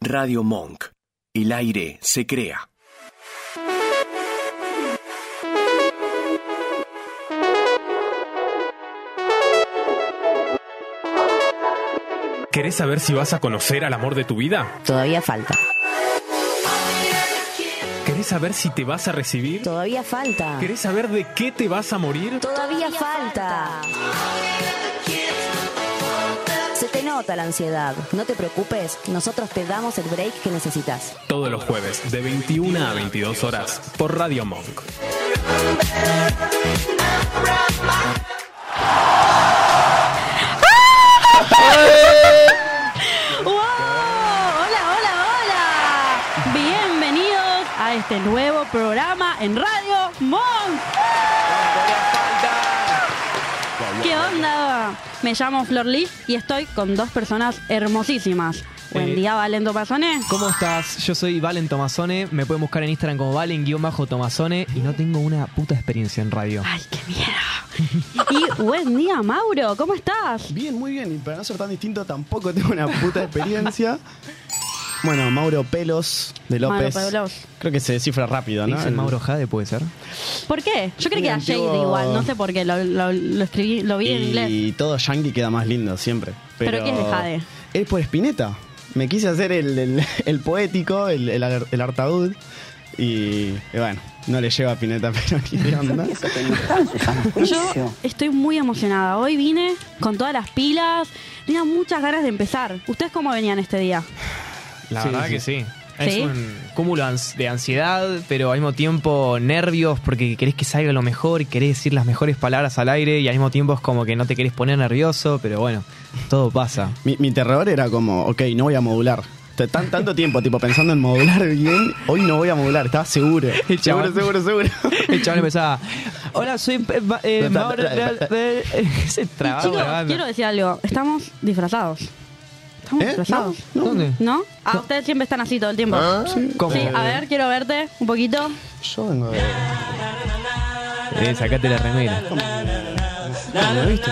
Radio Monk. El aire se crea. ¿Querés saber si vas a conocer al amor de tu vida? Todavía falta. ¿Querés saber si te vas a recibir? Todavía falta. ¿Querés saber de qué te vas a morir? Todavía, falta. Se te nota la ansiedad. No te preocupes, nosotros te damos el break que necesitas. Todos los jueves, de 21 a 22 horas, por Radio Monk. ¡Wow! ¡Hola, hola, hola! Bienvenidos a este nuevo programa en Radio Monk. ¿Qué onda? Me llamo Flor Liz y estoy con dos personas hermosísimas. Buen Eh. día, Valendo Pasoné. ¿Cómo estás? Yo soy Valen Tomazone, me pueden buscar en Instagram como Valen-Tomazone y no tengo una puta experiencia en radio. ¡Ay, qué miedo! Y buen día, Mauro. ¿Cómo estás? Bien, muy bien. Y para no ser tan distinto, tampoco tengo una puta experiencia. Bueno, Mauro Pelos de López. Mauro Pelos. Creo que se descifra rápido, ¿no? Dicen El- Mauro Jade, ¿puede ser? ¿Por qué? Yo creo que era Muy antiguo. Jade igual. No sé por qué. Lo, lo- lo escribí, lo vi en inglés. Y todo yankee queda más lindo siempre. ¿Pero ¿Pero, qué es de Jade? Es por Espineta. Me quise hacer el, el- el poético, el, el, ar- el hartaud. Y, y bueno, no le lleva a Pineta, pero ni de onda. Yo estoy muy emocionada. Hoy vine con todas las pilas. Tenía muchas ganas de empezar. ¿Ustedes cómo venían este día? La Sí, verdad sí. que sí. ¿Sí? Es un cúmulo ans- de ansiedad, pero al mismo tiempo nervios porque querés que salga lo mejor, querés decir las mejores palabras al aire y al mismo tiempo es como que no te querés poner nervioso, pero bueno, todo pasa. Mi, mi terror era como, ok, no voy a modular. T- Tan, tanto tiempo, tipo, pensando en modular bien, hoy no voy a modular, estaba seguro. El Seguro, chabón. seguro, seguro. El chaval empezaba, hola, soy... eh, ma- eh, Mauro- eh, eh", Se trababa, Chicos, trababa. quiero decir algo. Estamos disfrazados. ¿Estamos ¿Eh? disfrazados? ¿Dónde? Ah, ¿No? Ah, ustedes siempre están así todo el tiempo. ¿Cómo? Sí, a ver, quiero verte un poquito. Yo vengo de. Eh, sacate la remera. ¿Lo viste?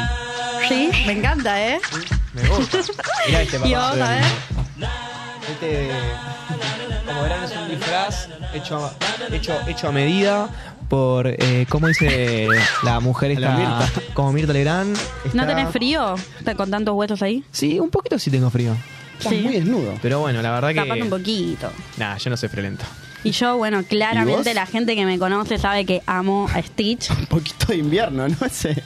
Sí, me encanta, ¿eh? Me gusta. Mirá este Y vamos a ver. Este, como verán, es un disfraz hecho a, hecho, hecho a medida por, eh, ¿cómo dice la mujer esta? La Mirta. Como Mirta Legrand. ¿No está- tenés frío Está con tantos huesos ahí? Sí, un poquito sí tengo frío. Estás Sí. muy desnudo. Pero bueno, la verdad Tapate un que... poquito. Nah, yo no soy frelento. Y yo, bueno, claramente vos? la gente que me conoce sabe que amo a Stitch. Un poquito de invierno, ¿no? Ese,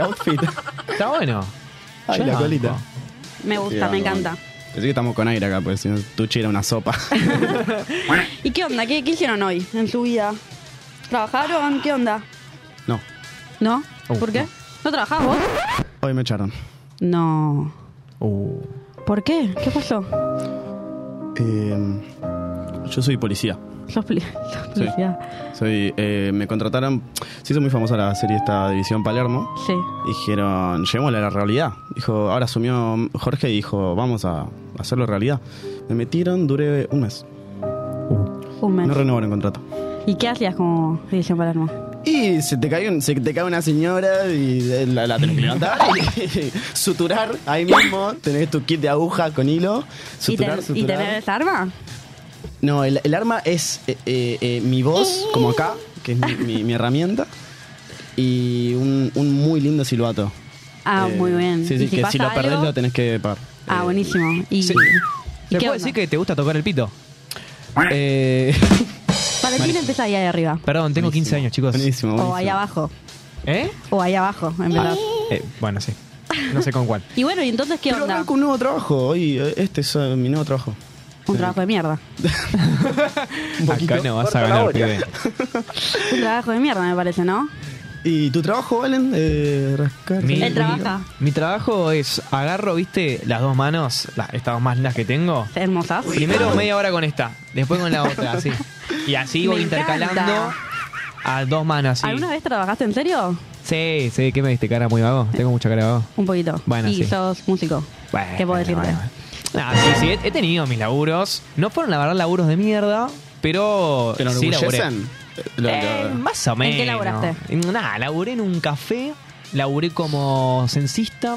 outfit. Está bueno. Ay, Yo la no, colita. no. Me gusta, me encanta. Así que estamos con aire acá, porque si no, Tucci era una sopa. ¿Y qué onda? ¿Qué, qué hicieron hoy en su vida? ¿Trabajaron? ¿Qué onda? No, ¿No? Oh, ¿Por qué? no. ¿No trabajás vos? hoy me echaron. No. Oh. Uh, ¿Por qué? ¿Qué pasó? Eh, yo soy policía. Sos, poli- sos Sí. policía. Soy, eh, me contrataron. Se hizo muy famosa la serie esta División Palermo. Sí. Dijeron, llevémosla a la realidad. Dijo, ahora asumió Jorge y dijo, vamos a hacerlo realidad. Me metieron, duré un mes. Un mes. No renovaron el contrato. ¿Y qué hacías como División Palermo? Y se te cae, un- se te cae una señora y eh, la, la tenés que levantar y suturar ahí mismo. Tenés tu kit de aguja con hilo. ¿Y, Suturar, ten- ¿Y suturar. tenés arma? No, el, el arma es eh, eh, eh, mi voz, como acá, que es mi, mi- mi herramienta. Y un, un muy lindo silbato. Ah, Eh, muy bien. Sí, ¿Y sí, que pasa si lo perdés algo? lo tenés que pagar. Eh, Ah, buenísimo. ¿Y, Sí. ¿Se ¿y qué puede onda? decir que te gusta tocar el pito? Eh, ¿Para quién empezás ahí, ahí arriba? Perdón, tengo 15 años, chicos. buenísimo, O buenísimo. Oh, ahí abajo. ¿Eh? O ahí abajo, en Ah, verdad. eh, bueno, sí. No sé con cuál. Y bueno, ¿y entonces qué Pero onda? arranco un nuevo trabajo hoy. eh, Este es eh, mi nuevo trabajo. Un trabajo de mierda. Acá no vas a ganar, pibe. Un trabajo de mierda, me parece, ¿no? ¿Y tu trabajo, Valen? Eh, rascar. Mi- Él trabaja. Ah. Mi trabajo es agarro, viste, las dos manos, la- estas dos manos que tengo. Hermosas. Primero media hora con esta, después con la otra, así. Y así Me voy intercalando encanta. a dos manos así. ¿Alguna vez trabajaste en serio? Sí, sí, ¿qué me diste? Cara muy vago. Tengo mucha cara de vago. Un poquito. Bueno, y sí. sos músico. Bueno, ¿Qué puedo decirte? bueno, bueno. Ah, sí, sí, he, he tenido mis laburos. No fueron la verdad laburos de mierda, pero ¿Te lo sí laburé. enorgullecen? Eh, lo- lo- Eh, más o ¿En menos. qué laburaste? Nada, laburé en un café laburé como censista.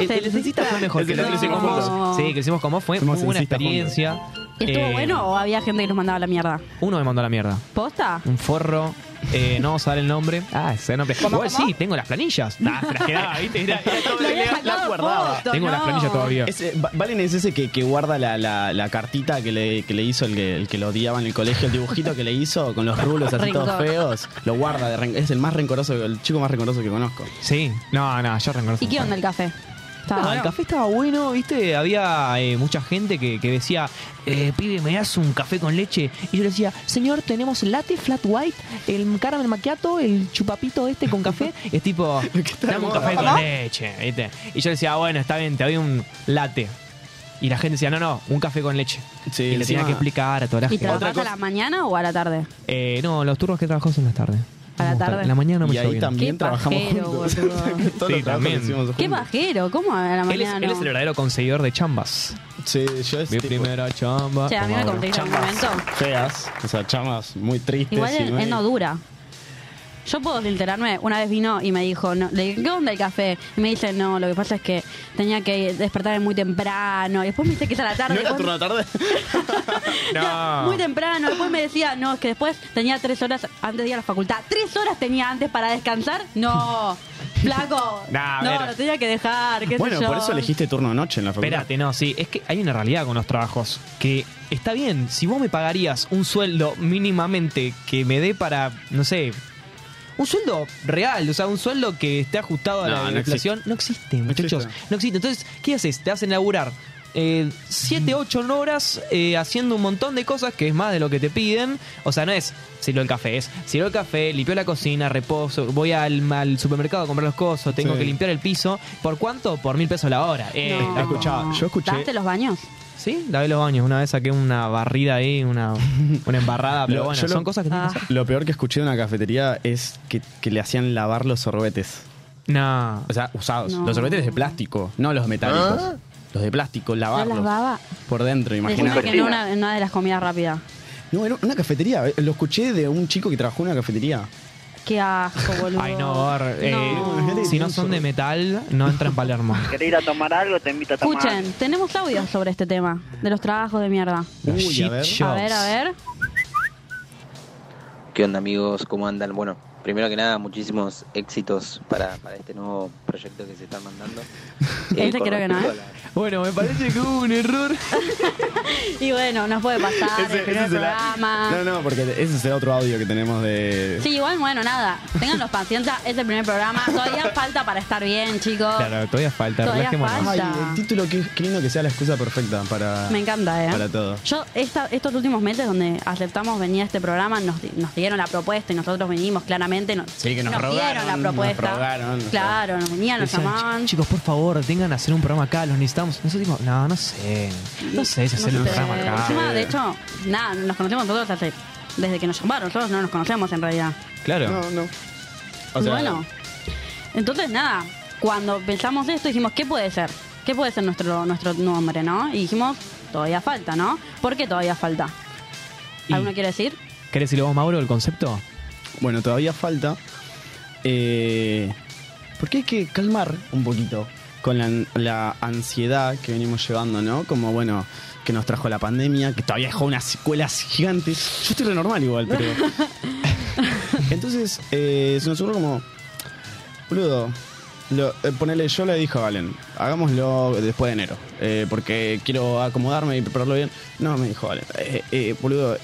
el, el censista fue mejor. El que que lo que crecimos hicimos juntos. Sí, crecimos como fue. Fuimos Fue una censistas juntos. experiencia. ¿Y estuvo Eh, bueno o había gente que nos mandaba la mierda? Uno me mandó a la mierda. ¿Posta? Un forro. Eh, no sale el nombre. Ah, ese nombre. Igual sí, tengo las planillas. Ah, se las quedaba, ¿viste? Era- era todo- Le había la- la sacado guardaba. foto, tengo no. las planillas todavía. Ese, Va- Valen es ese que, que guarda la, la- la cartita que le, que le hizo el que, el que lo odiaba en el colegio, el dibujito que le hizo con los rulos así todos Rencor. feos. Lo guarda, de ren- es el más rencoroso, el chico más rencoroso que conozco. Sí, no, no, yo reconozco. ¿Y qué onda el café? ¿Estaba Ah, bueno? el café estaba bueno, viste, había eh, mucha gente que, que decía, eh, pibe, ¿me das un café con leche? Y yo le decía, señor, tenemos latte, flat white, el caramel macchiato, el chupapito este con café. es tipo, está dame un de moda. café con leche, viste. Y yo le decía, "Ah, bueno, está bien, te doy un latte. Y la gente decía, no, no, un café con leche. Sí, y le tenía encima- que explicar a toda la ¿Y gente. trabajaste a la mañana o a la tarde? Eh, no, los turnos que trabajó son las tardes. A la No, tarde. La mañana no me y llevo ahí bien. también Qué trabajamos pajero, juntos. boludo. Todos los Sí, trabajos también. que hicimos juntos. ¿Qué pajero? ¿Cómo a la Él es, mañana? él es el no? verdadero conseguidor de chambas. Sí, yo es Mi tipo- primera chamba. Che, a mí me Toma, bueno. conseguiste en un momento. feas, o sea, chamas muy tristes. Igual y él, él hay- no dura. Yo puedo enterarme. Una vez vino y me dijo, no, le dije, ¿qué onda el café? Y me dice, no, lo que pasa es que tenía que despertarme muy temprano. Y después me dice que es a la tarde. ¿No era turno después- de tarde? Ya, No. Muy temprano. Después me decía, no, es que después tenía tres horas antes de ir a la facultad. ¿Tres horas tenía antes para descansar? No, flaco. Nah, a no, ver. lo tenía que dejar. qué sé bueno, yo. por eso elegiste turno de noche en la facultad. Espérate, no, sí, es que hay una realidad con los trabajos que está bien, si vos me pagarías un sueldo mínimamente que me dé para, no sé, un sueldo real, o sea, un sueldo que esté ajustado a No, la no inflación, no existe, muchachos, existe. no existe. Entonces, ¿qué haces? Te hacen laburar Mm. 7, 8 horas eh, haciendo un montón de cosas que es más de lo que te piden. O sea, no es sirvió el café, es sirvió el café, limpió la cocina, reposo, voy al, al supermercado a comprar los cosos, tengo Sí. que limpiar el piso. ¿Por cuánto? Por mil pesos la hora. Eh, No. la escuchaba. yo escuché- ¿Lavaste los baños? Sí, lavé los baños. Una vez saqué una barrida ahí, una, una embarrada, Ah, pero Lo- bueno, yo lo- son cosas que tienen Ah. que hacer. Lo peor que escuché de una cafetería es que, que le hacían lavar los sorbetes. No. O sea, usados. No. Los sorbetes de plástico, no los metálicos. Los de plástico, ¿No lavarlos. las baba? Por dentro, Decime que imagínate. no una, en una de las comidas rápidas. No, era una cafetería. eh, Lo escuché de un chico que trabajó en una cafetería. Qué asco, boludo. Ay, no, Gor, eh, No. si no son de metal, no entra en Palermo. ¿Querés ir a tomar algo? Te invito a tomar. Escuchen, tenemos audios sobre este tema, de los trabajos de mierda. Los Uy, a shit ver. shows. A ver, a ver. ¿Qué onda amigos? ¿Cómo andan? Bueno, primero que nada, muchísimos éxitos para, para este nuevo proyecto que se está mandando. Este con creo que no, respecto ¿eh? a la- Bueno, me parece que hubo un error. Y bueno, nos puede pasar Ese- el primer ese será- Ah, programa. No, no, porque ese es el otro audio que tenemos de. Sí, igual, bueno, nada. Ténganlos paciencia, es el primer programa. Todavía falta para estar bien, chicos. Claro, todavía falta, Todavía relajémonos. falta. Ay, el título, qué, qué lindo que sea la excusa perfecta para. Me encanta, ¿eh? Para todo. Yo, esta- estos últimos meses donde aceptamos venir a este programa, nos, di- nos dieron la propuesta y nosotros vinimos claramente. Nos, Sí, que nos rogaron, dieron la nos propuesta. rogaron, o sea. claro, nos venían, nos Decían, llamaban. "Ch- Chicos, por favor, tengan a hacer un programa acá, los necesitamos. Nosotros tipo, no, no sé. No sé si hacer No un sé. programa acá. Encima, eh. de hecho, nada, nos conocemos nosotros hace- desde que nos llamaron. Nosotros no nos conocemos en realidad. Claro. No, no. O sea, bueno, entonces nada, cuando pensamos esto dijimos, ¿qué puede ser? ¿Qué puede ser nuestro, nuestro nombre, no? Y dijimos, todavía falta, ¿no? ¿Por qué todavía falta? Y- ¿Alguno quiere decir? ¿Querés decirlo vos, Mauro, el concepto? Bueno, todavía falta. eh, porque hay que calmar un poquito con la, la ansiedad que venimos llevando, ¿no? Como, bueno, que nos trajo la pandemia, que todavía dejó unas secuelas gigantes. Yo estoy re normal igual, pero... Entonces, eh, se nos ocurrió como... Boludo, lo, eh, ponele, yo le dije a Valen, hagámoslo después de enero, eh, porque quiero acomodarme y prepararlo bien. No, me dijo Valen, eh, eh, boludo, eh,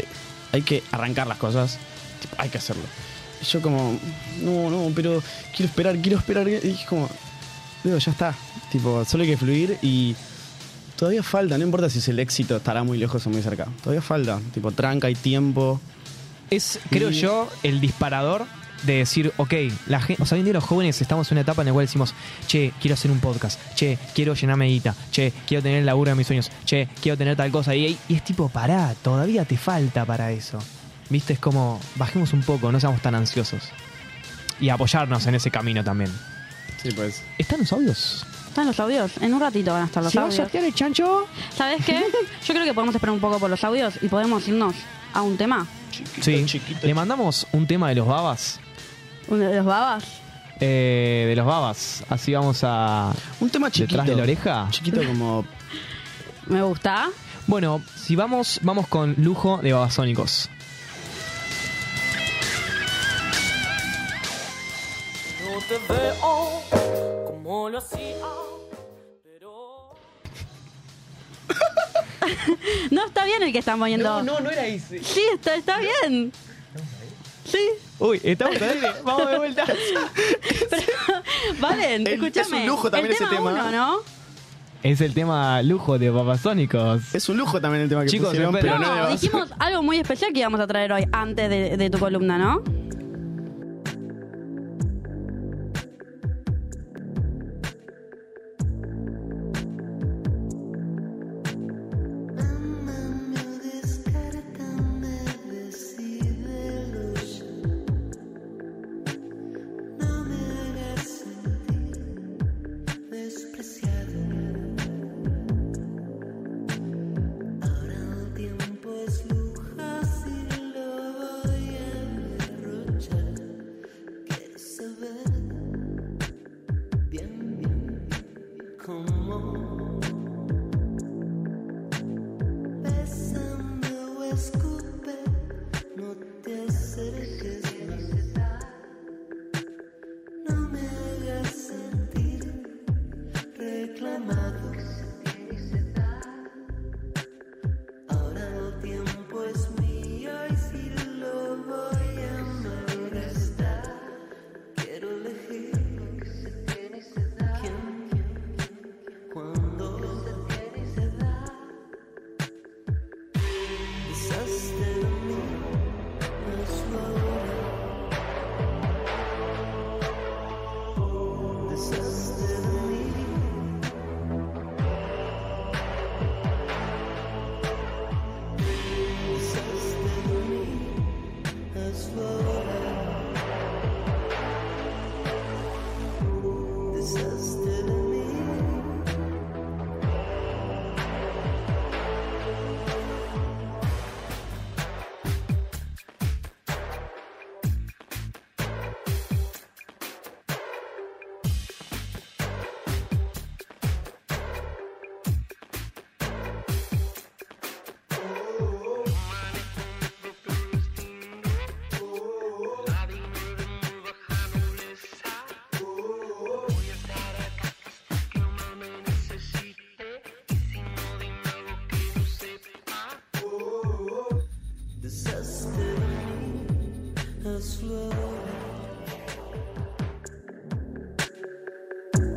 hay que arrancar las cosas, tipo, hay que hacerlo. Y yo como, no, no, pero quiero esperar, quiero esperar. Y dije como, boludo, ya está, tipo, solo hay que fluir y todavía falta, no importa si es el éxito estará muy lejos o muy cerca, todavía falta, tipo, tranca, hay tiempo. es, creo Y- yo, el disparador de decir, ok, la gente, o sea, hoy en día los jóvenes estamos en una etapa en la cual decimos, che, quiero hacer un podcast, che, quiero llenarme de guita, che, quiero tener el laburo de mis sueños, che, quiero tener tal cosa. Y, y es tipo, pará, todavía te falta para eso. Viste, es como, bajemos un poco, no seamos tan ansiosos. Y apoyarnos en ese camino también. Sí, pues. ¿Están los audios? Están los audios, en un ratito van a estar los ¿Se va a audios. sortear el chancho? ¿Sabes qué? Yo creo que podemos esperar un poco por los audios y podemos irnos a un tema. sí. Le mandamos un tema de los babas. Uno de los babas. eh, de los babas. Así vamos a. Un tema chiquito. ¿Detrás de la oreja? Chiquito como... Me gusta. Bueno, si vamos, vamos con lujo de babasónicos. No está bien el que están poniendo. no era ese. Sí, está, está bien. Sí, Uy, estamos al aire. Vamos de vuelta. pero. Valen, El- escúchame. es un lujo también el tema ese tema. Uno, ¿no? Es el tema lujo de babasónicos. Es un lujo también el tema que Chicos, pusieron, espera. pero No, no, le va a- dijimos algo muy especial que íbamos a traer hoy antes de, de tu columna, ¿no?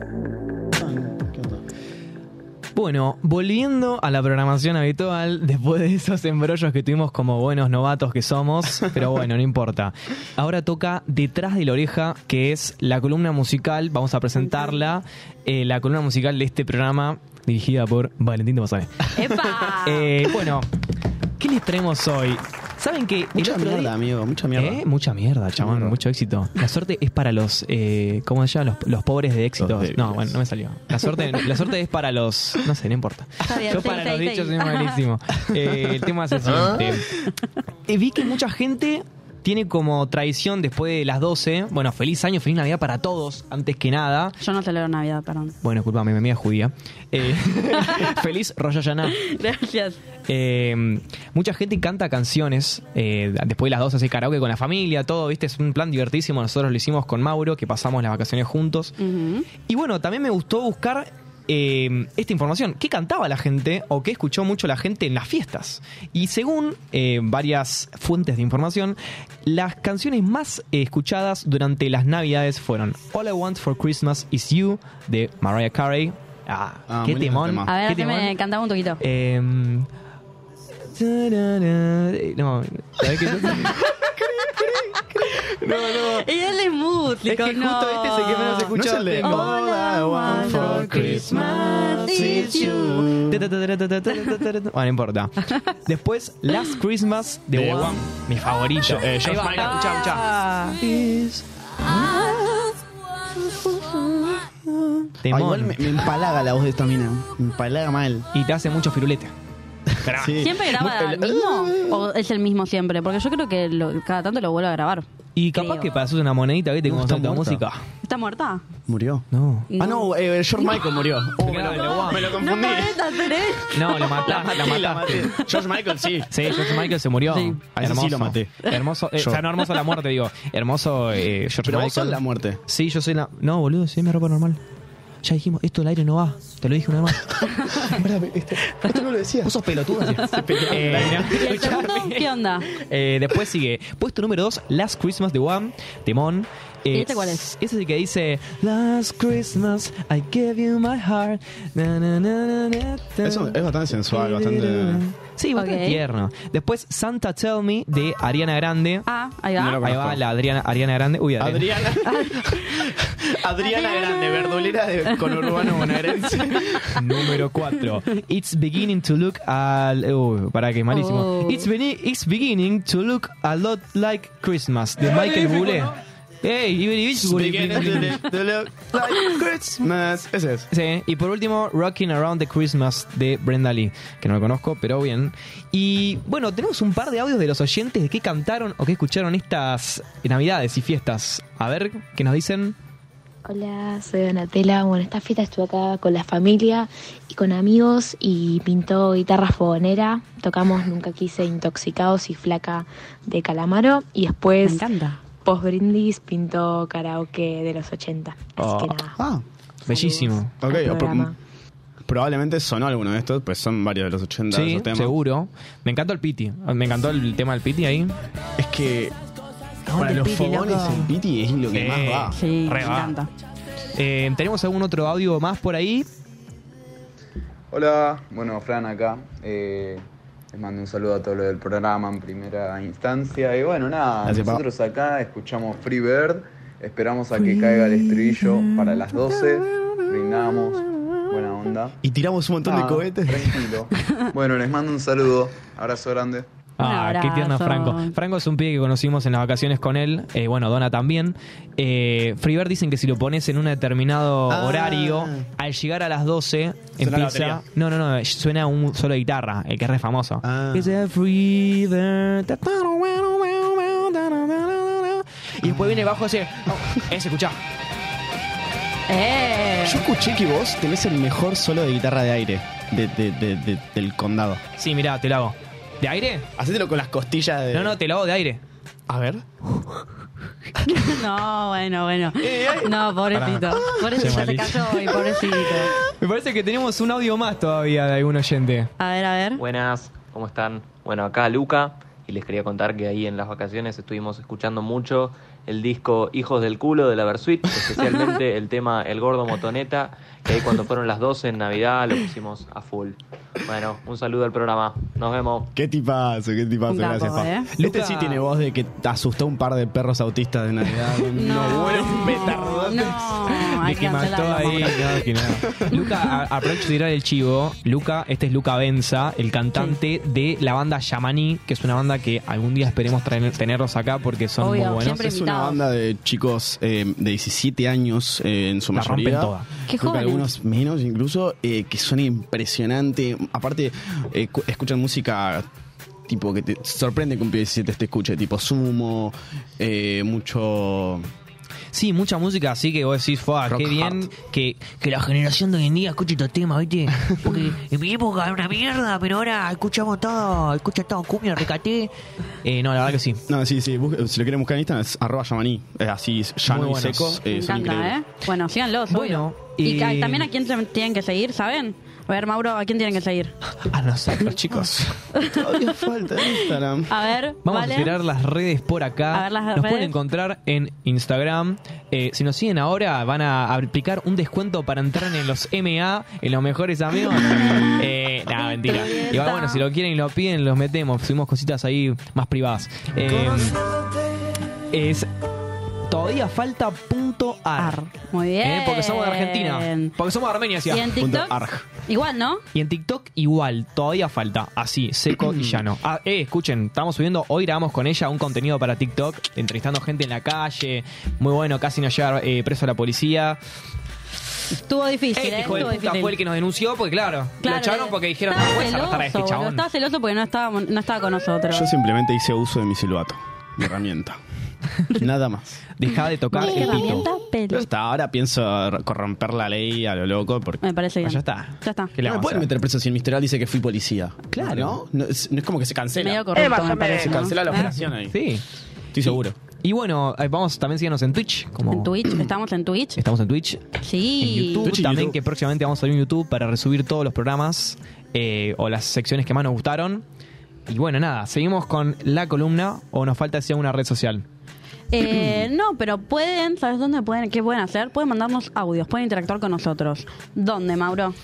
¿Qué onda? Bueno, volviendo a la programación habitual, después de esos embrollos que tuvimos como buenos novatos que somos, pero bueno, no importa. Ahora toca Detrás de la Oreja, que es la columna musical, vamos a presentarla, eh, la columna musical de este programa dirigida por Valentín de Mazané. ¡Epa! Eh, bueno, ¿qué les traemos hoy? ¿Saben que el Mucha otro mierda, día- amigo, mucha mierda. ¿Eh? Mucha mierda, chabón, mierda. mucho éxito. La suerte es para los, eh, ¿cómo se llama? Los, los pobres de éxito. Los débiles. No, bueno, no me salió. La suerte, la suerte es para los, no sé, no importa. Está bien, Yo sí, para sí, los sí. dichos soy malísimo. Eh, el tema es el siguiente. ¿Ah? Eh, vi que mucha gente tiene como tradición después de las 12, bueno, feliz año, feliz Navidad para todos, antes que nada. Yo no celebro Navidad, perdón. Bueno, disculpame, mi amiga es judía. Eh, feliz Rosh Hashanah. Gracias. Eh, mucha gente canta canciones. eh, después de las dos hace karaoke con la familia, todo, ¿viste? Es un plan divertísimo. Nosotros lo hicimos con Mauro, que pasamos las vacaciones juntos. Ujú. Y bueno, también me gustó buscar eh, esta información. ¿Qué cantaba la gente o qué escuchó mucho la gente en las fiestas? Y según eh, varias fuentes de información, las canciones más eh, escuchadas durante las navidades fueron All I Want for Christmas Is You de Mariah Carey. Ah, Ah, qué muy lindo temón. tema. A ver, qué así temón. me cantaba un poquito. Eh, no, ¿sabés qué? Y él es músico, no. No es el de tengo. All I want for Christmas is you. Bueno, no importa. Después, Last Christmas de De Wham. Wham. Mi Ah, favorito. Eh, George Ahí va, Michael. escuchá, escuchá. Ah. Temón. Ah, igual me, me empalaga la voz de esta mina. Me empalaga mal. Y te hace mucho firulete. Sí. ¿Siempre graba el mismo? ¿O es el mismo siempre? Porque yo creo que lo- cada tanto lo vuelve a grabar. Y capaz Creo. que pasas una monedita, ¿viste? No, Como está tanta muerta. música. ¿Está muerta? ¿Murió? No. Ah, no, eh, George Michael murió. Oh, me, Claro, lo, me lo No confundí. podés hacer eso. No, lo mataste, la mataste. George Michael, sí. Sí, George Michael se murió. Sí. A ese sí Hermoso. lo maté. Hermoso. eh, Yo. o sea, no hermoso la muerte, digo. Hermoso eh, George Pero Michael. vos sos la muerte. Sí, yo soy la. No, boludo, sí, mi ropa normal. Ya dijimos, esto del aire no va. Te lo dije una vez Esto no lo decía. Vos sos pelotudo. eh, no, ¿Y el segundo? escuchame. ¿Qué onda? Eh, después sigue. Puesto número 2, Last Christmas de One, de Mon. Eh, ¿Y este cuál es? Ese sí que dice Last Christmas I gave you my heart. Na, na, na, na, na, na. Eso es bastante sensual, bastante- Sí, bastante Ok. tierno. Después Santa Tell Me de Ariana Grande. Ah, ahí va. No lo Ahí conozco. va la Adriana, Ariana Grande. Uy, Adriana. Adriana. Adriana Grande, verdulera de, con urbano bonaerense. Número 4. It's beginning to look a... Uh, para que es malísimo. Oh. It's, beni- it's beginning to look a lot like Christmas de Michael Bublé. Hey, you very beautiful. Christmas. Ese es. Sí, ¿eh? y por último, Rocking Around the Christmas de Brenda Lee, que no lo conozco, pero bien. Y bueno, tenemos un par de audios de los oyentes de qué cantaron o qué escucharon estas navidades y fiestas. A ver, ¿qué nos dicen? Hola, soy Donatella. Bueno, esta fiesta estuve acá con la familia y con amigos y pintó guitarra fogonera. Tocamos Nunca Quise Intoxicados y Flaca de Calamaro. Y Me después, encanta. post brindis, pintó karaoke de los 80. Así Oh. que nada. Ah, Bellísimo. ok. al o pro- programa. probablemente sonó alguno de estos, pues son varios de los 80 Sí, esos temas. seguro. Me encantó el Piti. Me encantó el tema del Piti ahí. Es que para el los piti, fogones loco. el piti es lo que Sí. más va. Sí, Re me va. encanta. Eh, ¿Tenemos algún otro audio más por ahí? Hola, bueno, Fran acá. Eh, les mando un saludo a todo lo del programa en primera instancia. Y bueno, nada, Gracias, pa. nosotros acá escuchamos Free Bird, esperamos a que caiga el estribillo para las 12, brindamos, buena onda. Y tiramos un montón de Ah, cohetes. Tranquilo. Bueno, les mando un saludo, abrazo grande. Un Ah, qué tierno abrazo. Franco. Franco es un pibe que conocimos en las vacaciones con él. Eh, bueno, Dona también. Eh, Freebird dicen que si lo pones en un determinado Ah. horario, al llegar a las 12 Suena la empieza. batería. no, no, no, suena un solo de guitarra, el que es re famoso. Ah. It's a free bird. Y después viene bajo ese. Ese, escuchá. ¡Eh! Yo escuché que vos tenés el mejor solo de guitarra de aire de- de- de- de- del condado. Sí, mirá, te lo hago. ¿De aire? Hacételo con las costillas de. No, no, te lo hago de aire. A ver. No, bueno, bueno. No, pobrecito. Pobrecito, Se ya se malísimo. cayó y pobrecito. Me parece que tenemos un audio más todavía de algún oyente. A ver, a ver. Buenas, ¿cómo están? Bueno, acá Luca, y les quería contar que ahí en las vacaciones estuvimos escuchando mucho el disco Hijos del Culo de la Versuit, especialmente el tema El Gordo Motoneta, que ahí cuando fueron las 12 en Navidad lo pusimos a full. Bueno, un saludo al programa, nos vemos. Qué tipazo, qué tipazo, Un capo, gracias, pa. ¿eh? Este sí tiene voz de que te asustó un par de perros autistas de Navidad. No, buenos petardotes. No, hay De que que mató cancelarlo. ahí. no, que no. Luca, a- aprovecho de tirar el chivo. Luca, este es Luca Benza, el cantante de la banda Yamaní, que es una banda que algún día esperemos traer- tenerlos acá porque son Obvio, muy buenos. siempre Es una invitados. banda de chicos eh, de 17 años eh, en su La rompen mayoría. toda. Qué Creo que jóvenes. Algunos menos incluso, eh, que son impresionantes. Aparte, eh, cu- escuchan música tipo que te sorprende que un pibe de 17 te escuche, tipo sumo, eh, mucho... Sí, mucha música, así que vos decís, "Fua, Rock qué bien hard. que, que la generación de hoy en día escuche estos temas, ¿viste? Porque en mi época era una mierda, pero ahora escuchamos todo, escucha todo cumbia, recaté. Eh, no, la verdad que sí. No, sí, sí, bus- si lo quieren buscar en Instagram es arroba yamaní, es así llano Muy y buenos. seco. Me eh, son encanta, increíbles. ¿eh? Bueno, síganlos. Bueno, obvio. Y, y- ca- también a quién se- tienen que seguir, ¿saben? A ver, Mauro, ¿a quién tienen que seguir? A nosotros, chicos. ¿eh? Todavía falta Instagram. A ver, Vamos ¿vale? a tirar las redes por acá. A ver las nos redes. pueden encontrar en Instagram. Eh, si nos siguen ahora, van a aplicar un descuento para entrar en los MA, en los mejores amigos. Eh, nah, mentira. Y va, bueno, si lo quieren y lo piden, los metemos. Subimos cositas ahí más privadas. Eh, es todavía falta punto ar. Ar. Muy bien. Eh, porque somos de Argentina. Porque somos de Armenia, decía. Y en Punto TikTok. arg. Igual, ¿no? Y en TikTok igual, todavía falta. Así, seco y llano. Ah, eh, escuchen, estamos subiendo, hoy grabamos con ella un contenido para TikTok, entrevistando gente en la calle. Muy bueno, casi nos lleva eh, preso a la policía. Estuvo difícil, este ¿eh? hijo de Estuvo puta difícil. fue el que nos denunció, porque claro, Claro, lo echaron eh, porque dijeron, no, estaba puedes arrestar a este celoso, boludo, chabón. Estaba celoso porque no estaba, no estaba con nosotros. Yo simplemente hice uso de mi silbato, mi herramienta. Nada más. Deja de tocar el pito. Pelo. Ya está, ahora pienso corromper la ley a lo loco porque. Me parece bien. Ah, Ya está. Ya está. No me pueden meter preso si el misteral dice que fui policía. Claro. ¿No? No, es, no es como que se cancela. Medio corrupto, Eh, más o me Se parece, ¿no? cancela la ¿Eh? operación ahí. Sí. Estoy seguro. Y bueno, eh, vamos, también síganos en Twitch. Como En Twitch, estamos en Twitch. Estamos en Twitch. En Sí. YouTube también, que próximamente vamos a salir en YouTube para resubir todos los programas eh, o las secciones que más nos gustaron. Y bueno, nada, seguimos con la columna o nos falta decir una red social. Eh, no, pero pueden, ¿sabes dónde pueden? ¿Qué pueden hacer? Pueden mandarnos audios, pueden interactuar con nosotros. ¿Dónde, Mauro?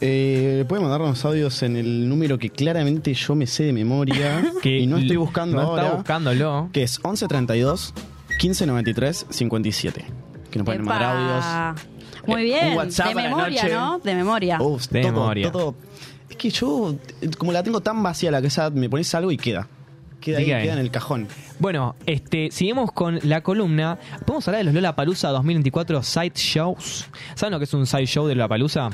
Eh, pueden mandarnos audios en el número que claramente yo me sé de memoria Que y no estoy l- buscando no ahora. está buscándolo. Que es 1132 1593 57. Que nos pueden mandar audios. Epa. Muy Eh, bien. un WhatsApp de a la memoria, noche. Oh. ¿no? De memoria. Uf, De todo, memoria. todo. Es que yo, eh, como la tengo tan vacía la casa, me pones algo y queda. Queda ahí, Sigue ahí. queda en el cajón. Bueno, este, seguimos con la columna. Podemos hablar de los Lola Palusa 2024 Side Shows. ¿Saben lo que es un side show de Lola Palusa?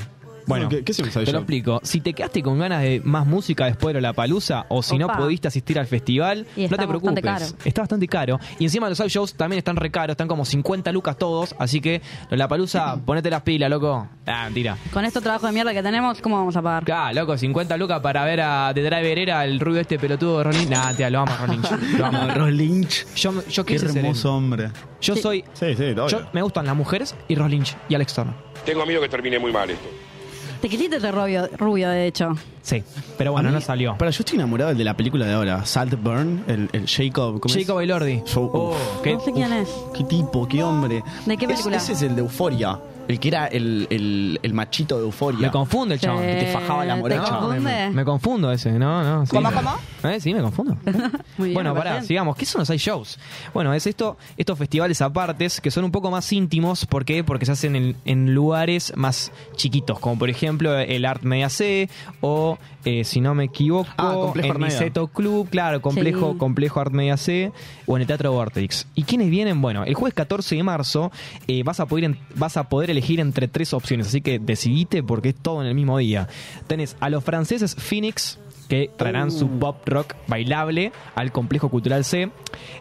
Bueno, No, ¿qué- qué es un side te lo show? explico. Si te quedaste con ganas de más música después de Lola Palusa o si Opa. no pudiste asistir al festival, Y no está te preocupes. bastante caro. Está bastante caro. Y encima los side shows también están re caros, están como 50 lucas todos. Así que Lola Palusa, ponete las pilas, loco. Ah, mentira. Con este trabajo de mierda que tenemos, ¿cómo vamos a pagar? Ah, loco, 50 lucas para ver a The Driver era el rubio este pelotudo de Ron Lynch. Nah, tía, lo amo a Ron Lynch. Lo amo. Ross Lynch. Yo, yo Qué quise ser él. hermoso hombre. Yo soy Sí, sí, yo, me gustan las mujeres y Ross Lynch y Alex Turner. Tengo miedo que termine muy mal esto. Te quisiste de rubio, rubio, de hecho. Sí, pero bueno, no salió. Pero yo estoy enamorado del de la película de ahora, Saltburn, el, el Jacob. ¿cómo es? Jacob oh. Elordi. Yo- uf, ¿Qué? No sé quién es. qué tipo, qué hombre. ¿De qué Es- película? ese es el de Euforia. El que era el, el- el machito de Euforia. Me confunde el chabón. Eh, te fajaba la ¿te morocha. confunde? Me, me confundo ese, ¿no? no sí, ¿Cómo, me- cómo? Eh, sí, me confundo. Muy bien, bueno, me pará, parece. sigamos. ¿Qué son los iShows? Bueno, es esto, estos festivales apartes que son un poco más íntimos. ¿Por qué? Porque se hacen en, en lugares más chiquitos, como por ejemplo eh, el Art Media C o, eh, si no me equivoco, Ah, Complejo en Armeda. Niceto Club, claro, complejo, Sí. complejo Art Media C o en el Teatro Vortex. ¿Y quiénes vienen? Bueno, el jueves 14 de marzo eh, vas, a poder en- vas a poder elegir entre tres opciones, así que decidite porque es todo en el mismo día. Tenés a los franceses Phoenix, que traerán su Uh. pop rock bailable al complejo cultural C,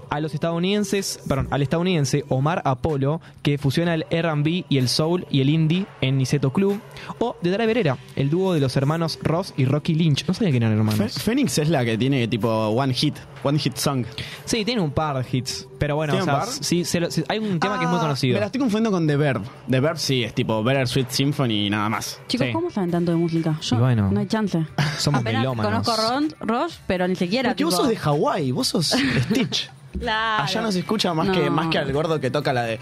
a los estadounidenses, perdón, al estadounidense Omar Apollo, que fusiona el R&B y el soul y el indie en Niceto Club, o de Driver Era, el dúo de los hermanos Ross y Rocky Lynch. No sabía quién eran Fe- hermanos. Phoenix es la que tiene tipo One Hit, One Hit Song. Sí, tiene un par de hits, pero bueno, o ¿Tiene un sea, par? sí, se lo- se- hay un tema que es muy Ah, conocido. Me la estoy confundiendo con The Verb. The Verb sí es tipo Better Sweet Symphony y nada más. Chicos, Sí. ¿cómo saben tanto de música? Yo Y bueno. no hay chance. Somos Apenas melómanos. conozco a Ron, Ross, pero ni siquiera. Porque vos tipo, sos de Hawái, vos sos Stitch. Claro. Allá no se escucha más, que, No. más que al gordo que toca la de.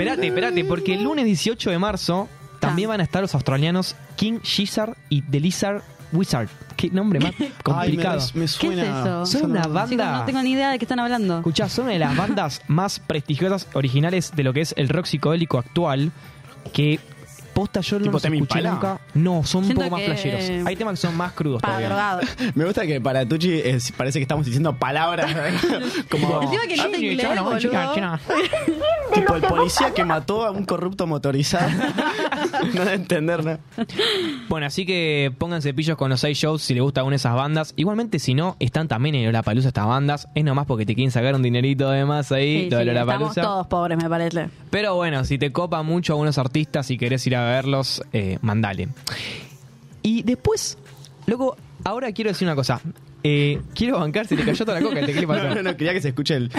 Espérate, espérate, porque el lunes 18 de marzo también Ah. van a estar los australianos King Gizzard y The Lizard Wizard. Qué nombre más Ay, me, complicado. res- me ¿Qué es suena. eso? Son una Chicos, no banda. tengo ni idea de qué están hablando. Escuchá, son una de las bandas más prestigiosas originales de lo que es el rock psicodélico actual. Que posta yo no Tipo los Tame escuché Impala. nunca. No, son un Siento poco más que- playeros. Hay temas que son más crudos Para todavía. drogado. Me gusta que para Tucci es- parece que estamos diciendo palabras. ¿eh? como Encima que no sé inglés, boludo. tipo el policía que mató a un corrupto motorizado. no de entender, ¿no? Bueno, así que pónganse pillos con los seis shows si les gusta alguna de esas bandas. Igualmente, si no, están también en Lollapalooza estas bandas. Es nomás porque te quieren sacar un dinerito de más ahí, Sí, lo de sí, estamos Lollapalooza. todos pobres, me parece. Pero bueno, si te copa mucho algunos artistas y querés ir a verlos, eh, mandale. Y después, loco, ahora quiero decir una cosa. Eh, quiero bancar, se te cayó toda la coca, ¿qué le pasó? No, no, no, quería que se escuche el.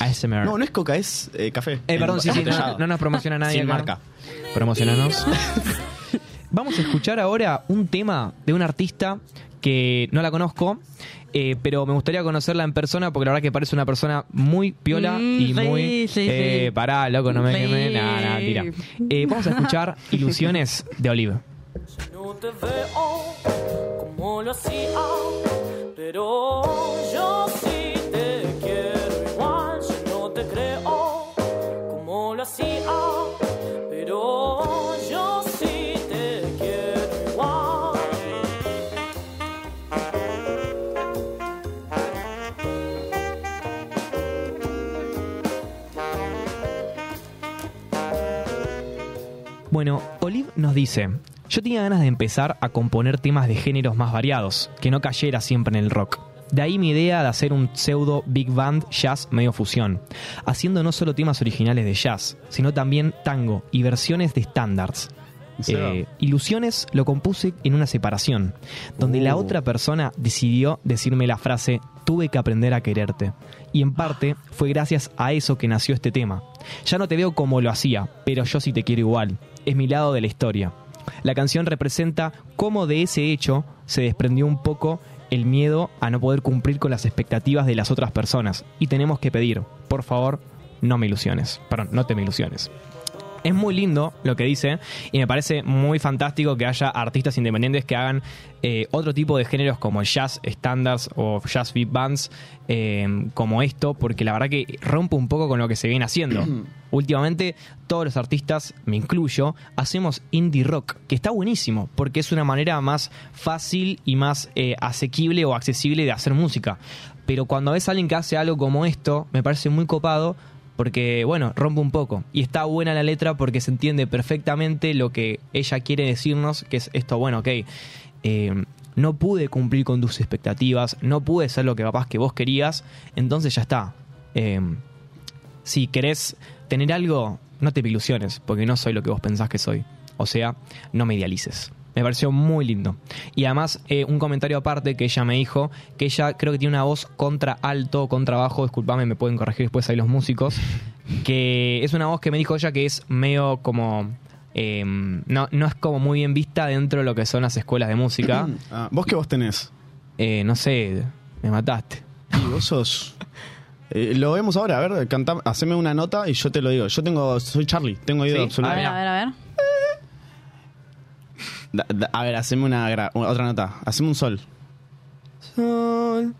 ASMR. No, no es coca, es eh, café. Eh, perdón, sí, sí, no, Embotellado. no nos promociona nadie. Sin acá. marca. Promocionanos. Vamos a escuchar ahora un tema de un artista que no la conozco, eh, pero me gustaría conocerla en persona porque la verdad que parece una persona muy piola Mm, y sí, muy. sí, eh, sí. Pará, loco, no me Sí. quemé. Nah, nah, tira. Eh, vamos a escuchar Ilusiones de Olive. No te veo como lo hacía, pero yo sí te quiero igual. Yo no te creo como lo hacía, pero yo sí te quiero igual. Bueno, Olive nos dice, yo tenía ganas de empezar a componer temas de géneros más variados, que no cayera siempre en el rock. De ahí mi idea de hacer un pseudo big band jazz medio fusión, haciendo no solo temas originales de jazz, sino también tango y versiones de standards. Seba. Eh, Ilusiones lo compuse en una separación, donde la Uh. otra persona decidió decirme la frase tuve que aprender a quererte. Y en parte fue gracias a eso que nació este tema. Ya no te veo como lo hacía, pero yo sí te quiero igual. Es mi lado de la historia. La canción representa cómo de ese hecho se desprendió un poco el miedo a no poder cumplir con las expectativas de las otras personas. Y tenemos que pedir, por favor, no me ilusiones. Perdón, no te me ilusiones. Es muy lindo lo que dice y me parece muy fantástico que haya artistas independientes que hagan eh, otro tipo de géneros como jazz standards o jazz big bands eh, como esto, porque la verdad que rompe un poco con lo que se viene haciendo. Últimamente todos los artistas, me incluyo, hacemos indie rock, que está buenísimo, porque es una manera más fácil y más eh, asequible o accesible de hacer música. Pero cuando ves a alguien que hace algo como esto, me parece muy copado porque bueno, rompe un poco. Y está buena la letra porque se entiende perfectamente lo que ella quiere decirnos, que es esto, bueno, ok, eh, no pude cumplir con tus expectativas, no pude ser lo que capaz que vos querías, entonces ya está. Eh, si querés tener algo, no te ilusiones, porque no soy lo que vos pensás que soy. O sea, no me idealices. Me pareció muy lindo. Y además, eh, un comentario aparte que ella me dijo, que ella creo que tiene una voz contra alto, contra bajo, disculpame, me pueden corregir después ahí los músicos, que es una voz que me dijo ella que es medio como... eh, no, no es como muy bien vista dentro de lo que son las escuelas de música. Ah, ¿Vos qué vos tenés? Eh, no sé, me mataste. Y vos sos. Eh, lo vemos ahora, a ver, canta, haceme una nota y yo te lo digo. Yo tengo, soy Charlie, tengo oído ¿Sí? absoluto. Ah, A ver, a ver, a ver. Da- da- a ver, haceme una, gra- una- otra nota. Haceme un sol. Sol.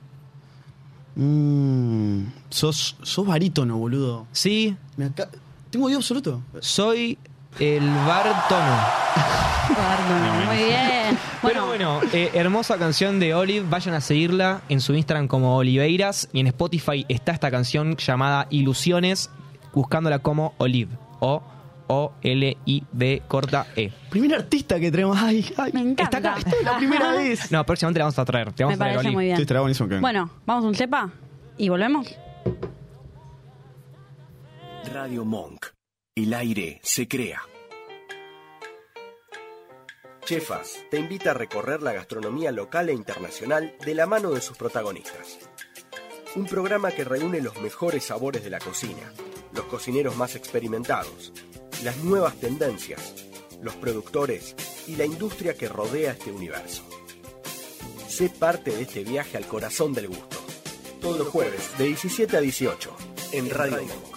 Mm, sos, sos barítono, boludo. Sí. Tengo oído absoluto. Soy el bartono. Muy bien. Pero bueno, eh, hermosa canción de Olive. Vayan a seguirla en su Instagram como Oliveiras. Y en Spotify está esta canción llamada Ilusiones, buscándola como Olive. O O-L-I-V corta E. Primer artista que traemos. Ay, ay. Me encanta. es la primera vez. No, próximamente la vamos a traer. Te vamos Me a traer parece Olive. muy bien. Sí, estaría buenísimo Bueno, vamos a un cepa y volvemos. Radio Monk. El aire se crea. Chefas te invita a recorrer la gastronomía local e internacional de la mano de sus protagonistas. Un programa que reúne los mejores sabores de la cocina, los cocineros más experimentados, las nuevas tendencias, los productores y la industria que rodea este universo. Sé parte de este viaje al corazón del gusto. Todos los jueves de 17 a 18 en Radio Monk.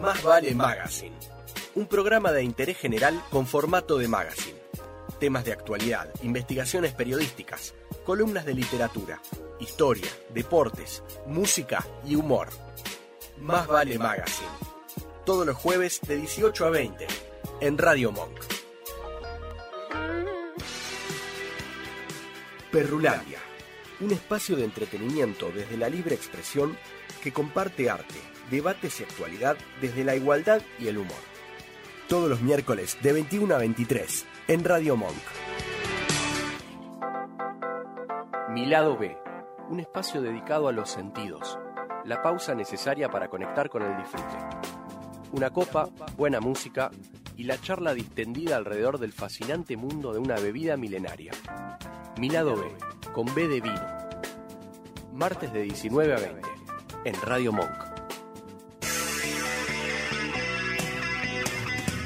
Más vale Magazine un programa de interés general con formato de magazine. Temas de actualidad, investigaciones periodísticas, columnas de literatura, historia, deportes, música y humor. Más vale magazine. Todos los jueves de 18 a 20 en Radio Monk. Perrulandia, un espacio de entretenimiento desde la libre expresión que comparte arte, debates y actualidad desde la igualdad y el humor todos los miércoles de 21 a 23 en Radio Monk. Mi lado B, un espacio dedicado a los sentidos, la pausa necesaria para conectar con el disfrute. Una copa, buena música y la charla distendida alrededor del fascinante mundo de una bebida milenaria. Mi lado B, con B de vino. Martes de 19 a 20 en Radio Monk.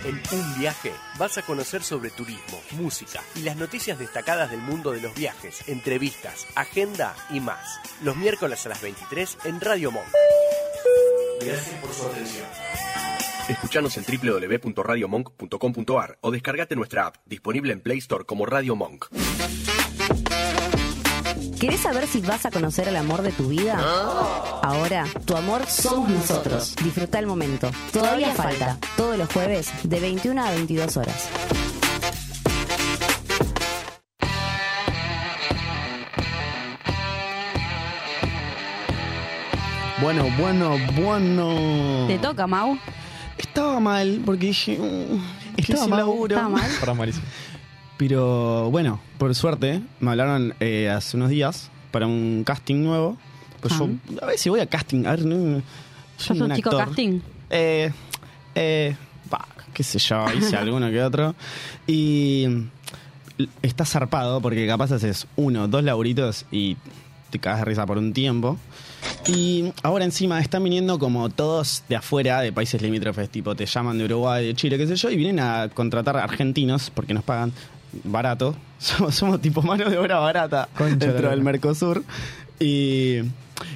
En un viaje vas a conocer sobre turismo, música y las noticias destacadas del mundo de los viajes, entrevistas, agenda y más. Los miércoles a las 23 en Radio Monk. Gracias por su atención. Escuchanos en www.radiomonk.com.ar o descargate nuestra app disponible en Play Store como Radio Monk. ¿Querés saber si vas a conocer el amor de tu vida? Ahora, tu amor somos nosotros. Disfruta el momento. Todavía falta. Todos los jueves de 21 a 22 horas. Bueno, bueno, bueno. Te toca, Mau. Estaba mal porque dije. "Mm, ¿qué Estaba es el mal, laburo?". estaba mal. Perdón, Marisa. Pero bueno, por suerte, me hablaron eh, hace unos días para un casting nuevo. Pues yo a veces voy a casting. A ver, no- no, soy Ah. ¿Sos un un chico actor. casting? Eh, eh, pa, qué sé yo, hice alguno que otro. Y l- está zarpado porque capaz haces uno, dos laburitos y te cagas de risa por un tiempo. Y ahora encima están viniendo como todos de afuera, de países limítrofes, tipo te llaman de Uruguay, de Chile, qué sé yo, y vienen a contratar argentinos porque nos pagan barato. Somos, somos tipo mano de obra barata la dentro del lora. Mercosur. Y,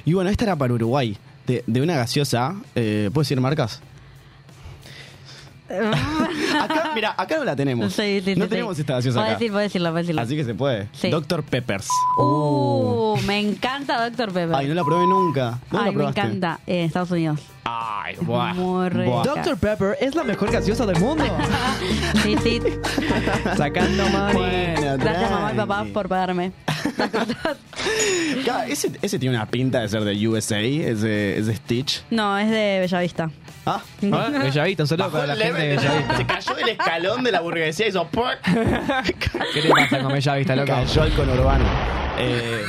y bueno, esta era para Uruguay, de, de una gaseosa. eh, ¿Puedo decir marcas? acá, mira, acá no la tenemos. Sí, sí, sí, no sí. tenemos esta gaseosa Puedo acá. decir, puedo decirlo, puedo decirlo. Así que se puede. Sí. Dr. Peppers. Uh, me encanta Dr. Pepper. Ay, no la probé nunca. ¿Dónde Ay, la me probaste? encanta. Eh, Estados Unidos. Ay, buah. Muy rica. Dr. Pepper es la mejor gaseosa del mundo. Sí, sí. Sacando mani. Gracias, mamá y papá, por pagarme. Ca- Ese, ese tiene una pinta de ser de USA, ese, ese Stitch. No, es de Bellavista. Ah, Ah, Bellavista, un saludo Bajó para el la gente de level. Bellavista. Se cayó del escalón de la burguesía y hizo ¡puac! ¿Qué te pasa con Bellavista, loco? Cayó al conurbano. Eh,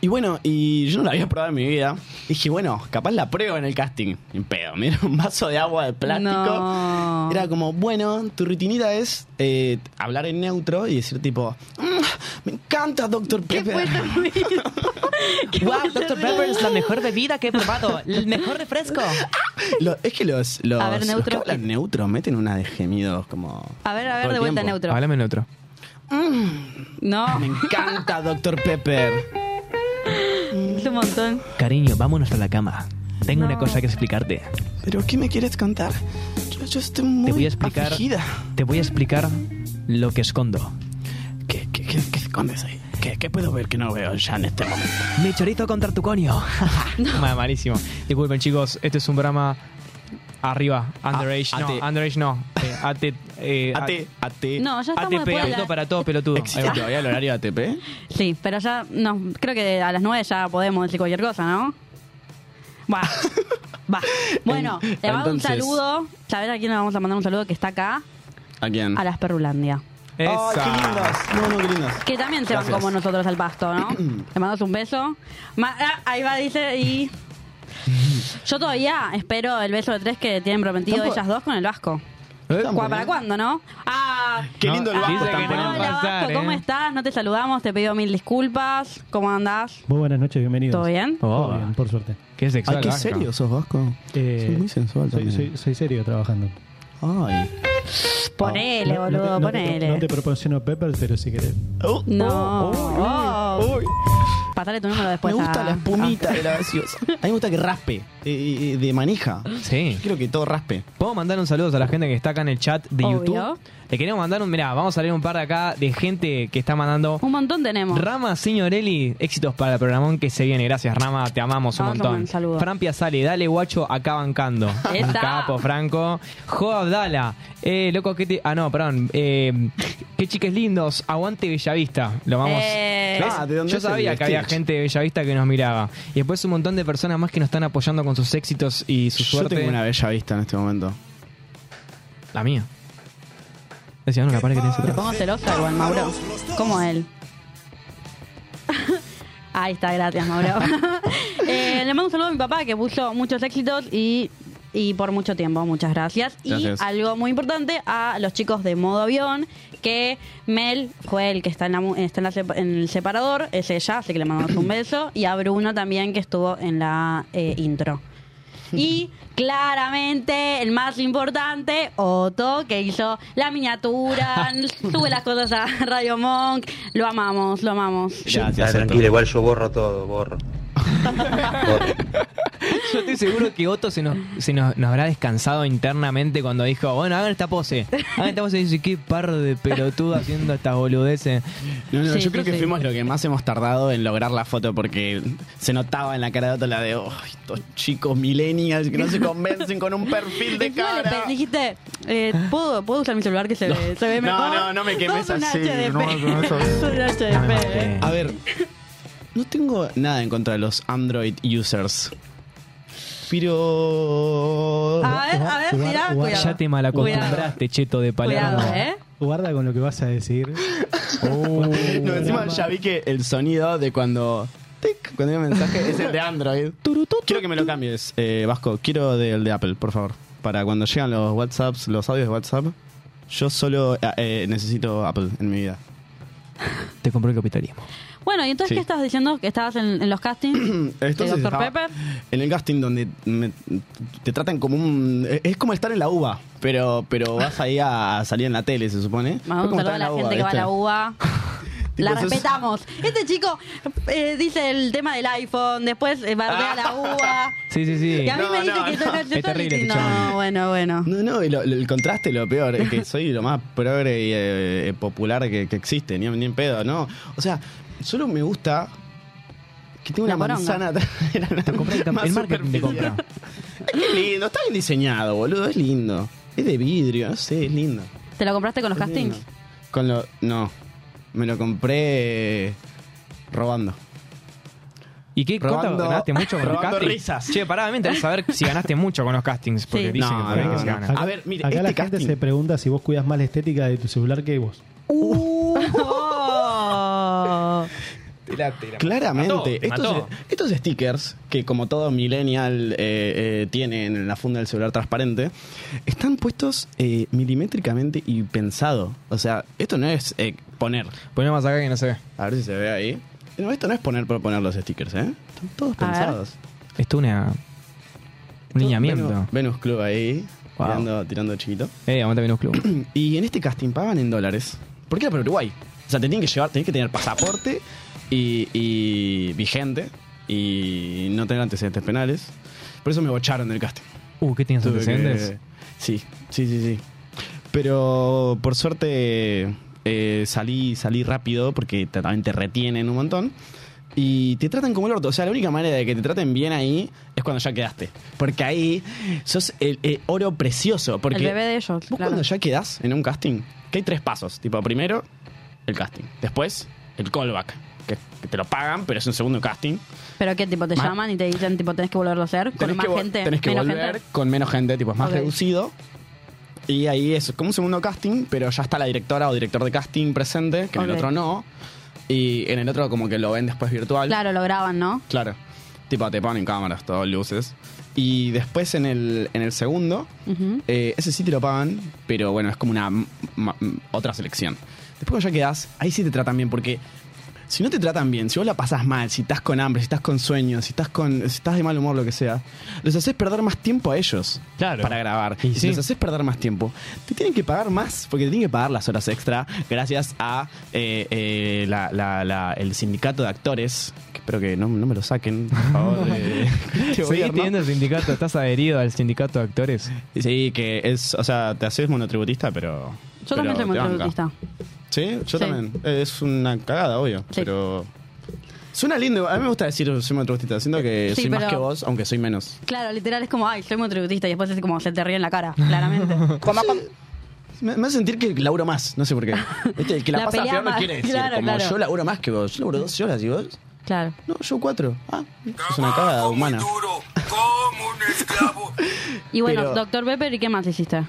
y bueno, y yo no la había probado en mi vida. Dije, bueno, capaz la pruebo en el casting. Y pedo, mira, un vaso de agua de plástico. No. Era como, bueno, tu rutinita es eh, hablar en neutro y decir tipo, "Mm, me encanta Dr. Pepper. Wow, Dr. Pepper es la mejor bebida que he probado. El mejor refresco. Lo- es que los, los, A ver, los neutro. que hablan neutro meten una de gemidos como... A ver, a ver, todo el de vuelta tiempo. neutro. Háblame neutro. No, Me encanta Dr. Pepper. es un montón. Cariño, vámonos a la cama. Tengo una cosa que explicarte. ¿Pero qué me quieres contar? Yo, yo estoy muy Te voy a explicar. afligida. Te voy a explicar lo que escondo. ¿Qué, qué, qué, qué escondes ahí? ¿Qué, qué puedo ver que no veo ya en este momento? Mi chorito con tartuconio. Ma- Malísimo. Disculpen, chicos, este es un programa arriba. Underage. A- no, AT. underage no. Eh, AT, eh, AT, AT. No, ya estamos ATP, después de la- apto para todo pelotudo. ¿Existe todavía el horario ATP? Sí, pero ya, no, creo que a las 9 ya podemos decir cualquier cosa, ¿no? Va, va. Bueno, le mando un entonces- saludo. ¿Sabes a quién le vamos a mandar un saludo que está acá? ¿A quién? A las Perrulandia. Eh, ¡Ay, qué lindas! No, no, qué lindas. Que también se van Gracias. como nosotros al pasto, ¿no? Le mandamos un beso. Ma- ah, ahí va, dice, y... Yo todavía espero el beso de tres que tienen prometido Tampoco- ellas dos con el Vasco. Tampoco, ¿Cuá- ¿Para ¿eh? cuándo, no? Ah, Qué lindo el ah, Vasco hola, están poniendo. ¿eh? Vasco, ¿cómo estás? No te saludamos, te pido mil disculpas. ¿Cómo andás? Muy buenas noches, bienvenidos. ¿Todo bien? Todo Oh. bien, por suerte. Qué sexual. Ay, qué Vasco. serio sos, Vasco. Eh, Soy muy sensual soy, también. soy- soy serio trabajando. Ay. Ponele, oh. No- no te- boludo, no te- No te Oh, ponele. proporciono peppers, pero si querés. No. Oh. uy. Pasale tu número después. me gusta Pues a- Ah. la espumita a- de la gaseosa. A mí me gusta que raspe, eh, eh, de manija. Sí. Quiero que todo raspe. Puedo mandar un saludo a la gente que está acá en el chat de Obvio. YouTube. Le queremos mandar un. Mirá, vamos a leer un par de acá de gente que está mandando. Un montón tenemos. Rama Signorelli, éxitos para el programón que se viene. Gracias, Rama, te amamos un Vamos, montón. man, saludos. Fran Piazzale, dale guacho acá bancando. Un Esa. capo, Franco. Jo Abdala, eh, loco, que te. Ah, no, perdón. Eh, qué chiques lindos, aguante Bellavista. Lo vamos. Eh. ¿Ves? Ah, ¿de dónde Yo es el sabía que había sketch? gente de Bellavista que nos miraba. Y después un montón de personas más que nos están apoyando con sus éxitos y su Yo suerte. tengo una bella vista en este momento. La mía. Decía, no, la pared que tenés Te atrás. pongo celosa igual, Mauro. Como él. Ahí está, gracias, Mauro. Eh, le mando un saludo a mi papá que puso muchos éxitos y, y por mucho tiempo. Muchas gracias. Y Gracias. algo muy importante a los chicos de modo avión, que Mel fue el que está en, la, mu- está en, la sepa- en el separador, es ella, así que le mandamos un beso. Y a Bruno también que estuvo en la eh, intro. Y claramente el más importante, Otto, que hizo la miniatura, sube las cosas a Radio Monk. Lo amamos, lo amamos. Gracias. tranquilo, igual yo borro todo, borro. Yo estoy seguro que Otto se nos, se nos, nos habrá descansado internamente cuando dijo, bueno, hagan esta pose. Hagan esta pose y dice, qué par de pelotudo haciendo estas boludeces. No, no, Sí, yo creo sí, que sí. fuimos lo que más hemos tardado en lograr la foto porque se notaba en la cara de Otto la de, oh, estos chicos millennials que no se convencen con un perfil de Encima le cara. pe- dijiste, eh, ¿puedo, ¿puedo usar mi celular que se, ve, se ve No, mejor? no, no me quemes Sos un así, HDP. no, no, no, Sos un HDP. eh. A ver, no tengo nada en contra de los Android users. Pero... A ver, a ver, mirá, cuidado. Ya te malacostumbraste, cheto de Cuidado, Palermo. ¿eh? Guarda con lo que vas a decir. Uh. No, encima ya vi que el sonido de cuando. tic, cuando llega un mensaje es el de Android. Quiero que me lo cambies, eh, Vasco. Quiero del de Apple, por favor. Para cuando llegan los WhatsApps, los audios de WhatsApp, yo solo eh, eh, necesito Apple en mi vida. Te compró el capitalismo. Bueno, y entonces, Sí. ¿qué estabas diciendo? ¿Que estabas en, en los castings de Entonces Dr. estaba Pepper? En el casting donde me- te tratan como un... e, Es como estar en la uva, pero, pero vas ahí a, a salir en la tele, se supone. Fue Vamos como un saludo estar a en la uva, gente que va a ¿viste? la UBA. Tipo, La sos- respetamos. Este chico eh, dice el tema del iPhone, después eh, bardea la Ah. UBA. Sí, sí, sí. Y a mí me dice que soy una Es terrible este no, chabón. bueno, bueno. No, no, y lo- lo- el contraste lo peor, es que soy lo más progre y eh, popular que, que existe, ni, ni en pedo, ¿no? O sea, solo me gusta que tengo La una poronga. manzana el marketing te compra. Qué lindo, está bien diseñado, boludo, es lindo. Es de vidrio, no sé, es lindo. ¿Te lo compraste con los castings? Con lo. No. Me lo compré eh, robando. ¿Y qué cuánto Robando- ganaste mucho con los robando castings? risas. Che, pará, me interesa saber si ganaste mucho con los castings, porque Sí. dicen No, que, por ahí no, que se no. gana. A ver, mire, Acá este la casting- gente se pregunta si vos cuidas más la estética de tu celular que vos. Oh, Mató, Claramente, estos, mató. estos stickers, que como todo millennial eh, eh, tiene en la funda del celular transparente, están puestos eh, milimétricamente y pensado. O sea, esto no es eh, poner. Ponemos acá que no se ve. A ver si se ve ahí. No, esto no es poner por poner los stickers, ¿eh? Están todos A ver. pensados. Esto una. Un niñamiento. Venus, Venus Club ahí, Wow. tirando, tirando chiquito. Eh, aguanta Venus Club. Y en este casting pagan en dólares. ¿Por qué era por Uruguay? O sea, te tienen que llevar, tenés que tener pasaporte y, y vigente y no tener antecedentes penales. Por eso me bocharon del casting. Uh, ¿qué tienes Tuve antecedentes? que- Sí, sí, sí, sí. Pero por suerte eh, salí, salí rápido porque te- también te retienen un montón. Y te tratan como el orto. O sea, la única manera de que te traten bien ahí es cuando ya quedaste. Porque ahí sos el, el oro precioso. Porque el bebé de ellos. Vos claro. cuando ya quedás en un casting, que hay tres pasos. Tipo, primero, el casting. Después, el callback. Que, que te lo pagan, pero es un segundo casting. ¿Pero qué? ¿Tipo te Ma- llaman y te dicen tipo tenés que volverlo a hacer? ¿Con Tenés más que, vo- gente? tenés que ¿Menos volver gente? con menos gente, tipo, es más Ok. reducido. Y ahí es como un segundo casting, pero ya está la directora o director de casting presente, que en el Ok. otro no. Y en el otro como que lo ven después virtual. Claro, lo graban, ¿no? Claro. Tipo, te ponen cámaras, todo, luces. Y después en el, en el segundo, Ujú. eh, ese sí te lo pagan, pero bueno, es como una m- ma- m- otra selección. Después cuando ya quedás, ahí sí te tratan bien, porque si no te tratan bien, si vos la pasás mal, si estás con hambre, si estás con sueño, si estás con si estás de mal humor, lo que sea, los haces perder más tiempo a ellos para grabar. Y si sí. los haces perder más tiempo, te tienen que pagar más, porque te tienen que pagar las horas extra gracias a eh, eh, la- la- la- el sindicato de actores, que espero que no, no me lo saquen, por favor. eh, este ¿Seguís gobierno. teniendo el sindicato? ¿Estás adherido al sindicato de actores? Sí, que es, o sea, te haces monotributista, pero. Yo también pero soy muy te banca. tributista. Sí, yo también. Eh, Es una cagada, obvio, pero. Suena lindo, a mí me gusta decir soy monotributista, siento que Sí, soy más pero- que vos, aunque soy menos. Claro, literal es como, ay, soy muy tributista y después es como se te ríe en la cara, claramente. Me, me hace sentir que laburo más, no sé por qué. Viste, El que la, La pasa pelea peor no más, quiere decir, claro, como claro. yo laburo más que vos, yo laburo 12 horas y vos. Claro. No, yo cuatro. Ah, es una cagada humana. Y bueno, Pero- Doctor Pepper, ¿y qué más hiciste?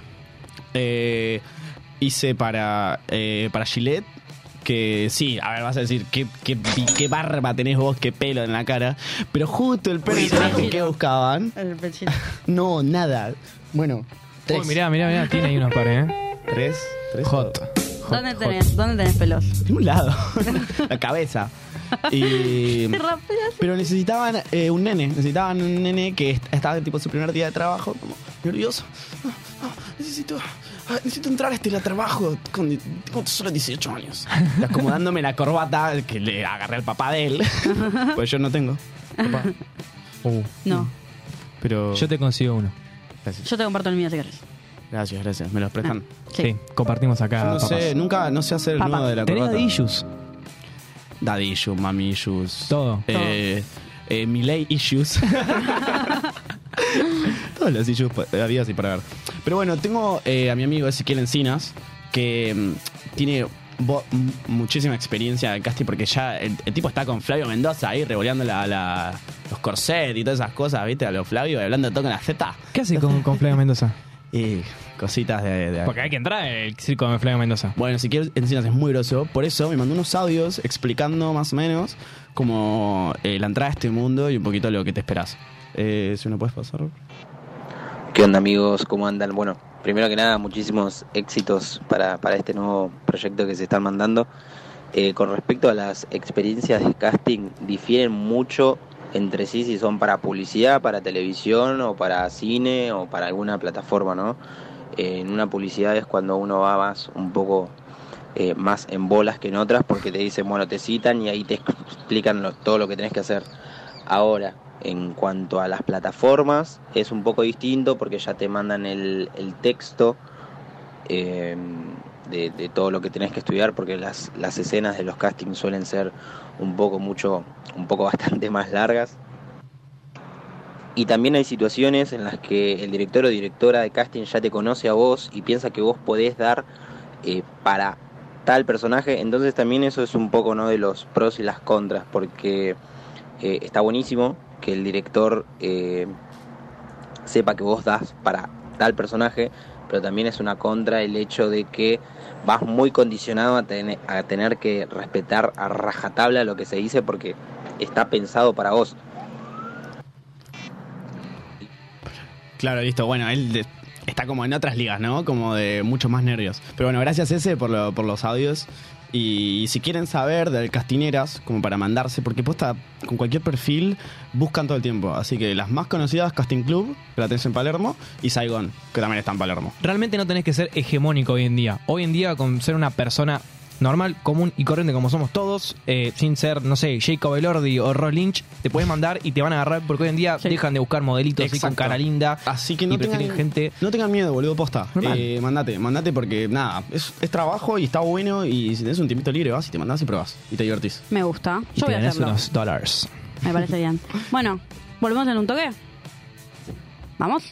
Eh, hice para, eh, para Gillette. Que sí, a ver, vas a decir, ¿qué, qué, qué barba tenés vos, qué pelo en la cara. Pero justo el pelo que tenés, ¿qué buscaban. El pechito. No, nada. Bueno, tres. Uy, mirá, mirá, mirá, tiene ahí unos pares, ¿eh? Tres, tres. Hot. ¿Dónde tenés, ¿Dónde tenés pelos? De un lado, la cabeza. Y, Te rapeas. pero necesitaban eh, un nene, necesitaban un nene que est- estaba tipo en su primer día de trabajo, como nervioso. Ah, ah, necesito, ah, necesito entrar a este la trabajo. Con, tengo solo 18 años. Y Acomodándome la corbata que le agarré al papá de él. pues yo no tengo. papá. Uh. No, Mm. Pero. Uh, Yo te consigo uno. Gracias, yo te comparto el mío si querés. gracias, gracias. Me los prestan. Sí. compartimos acá. Ah, Yo no sé, papas. nunca, no sé hacer el Papas. nudo de la ¿Tenés corbata. daddy issues? Daddy issues, mami issues. Todo. Eh, eh, Miley issues. Todos los issues pa- habidas y para ver. Pero bueno, tengo eh, a mi amigo Ezequiel Encinas, que mm, tiene bo- m- muchísima experiencia de casting, porque ya el, el tipo está con Flavio Mendoza ahí revoleando la, la- los corsets y todas esas cosas, ¿viste? A los Flavio, y hablando todo con la Z. ¿Qué hace con, con Flavio Mendoza? Y cositas de, de- Porque hay que entrar en el circo de Flavio Mendoza. Bueno, si quieres, encinas es muy grosso. Por eso me mandó unos audios explicando más o menos como eh, la entrada a este mundo y un poquito lo que te esperas. Eh, si no puedes pasar. ¿Qué onda amigos? ¿Cómo andan? Bueno, primero que nada, muchísimos éxitos para, para este nuevo proyecto que se están mandando. Eh, con respecto a las experiencias de casting, difieren mucho entre sí si son para publicidad, para televisión o para cine o para alguna plataforma, ¿no? Eh, en una publicidad es cuando uno va más un poco eh, más en bolas que en otras porque te dicen, bueno, te citan y ahí te explican lo- todo lo que tenés que hacer. Ahora, en cuanto a las plataformas, es un poco distinto porque ya te mandan el, el texto eh, de, de todo lo que tenés que estudiar, porque las, las escenas de los castings suelen ser un poco, mucho, un poco bastante más largas. Y también hay situaciones en las que el director o directora de casting ya te conoce a vos y piensa que vos podés dar eh, para tal personaje. Entonces también eso es un poco ¿no? de los pros y las contras, porque eh, está buenísimo que el director eh, sepa que vos das para tal personaje, pero también es una contra el hecho de que vas muy condicionado a, tener- a tener que respetar a rajatabla lo que se dice porque está pensado para vos. Claro, listo. Bueno, él de- está como en otras ligas, ¿no? Como de mucho más nervios. Pero bueno, gracias ese por, lo- por los audios. Y si quieren saber del Castineras, como para mandarse, porque posta con cualquier perfil buscan todo el tiempo. Así que las más conocidas, Casting Club, que la tenés en Palermo, y Saigon, que también está en Palermo. Realmente no tenés que ser hegemónico hoy en día. Hoy en día, con ser una persona normal, común y corriente como somos todos, eh, sin ser, no sé, Jacob Elordi o Ross Lynch, te puedes mandar y te van a agarrar porque hoy en día dejan de buscar modelitos así con Exacto. cara linda. Así que no y prefieren tengan- gente. No tengan miedo, boludo, posta. Normal. Eh, mandate, mandate porque nada, es, es trabajo y está bueno. Y si tenés un tiempito libre, vas y te mandás y probás. Y te divertís. Me gusta. Y te Yo voy a ganás hacerlo. unos dólares. Me parece bien. Bueno, ¿volvemos en un toque? ¿Vamos?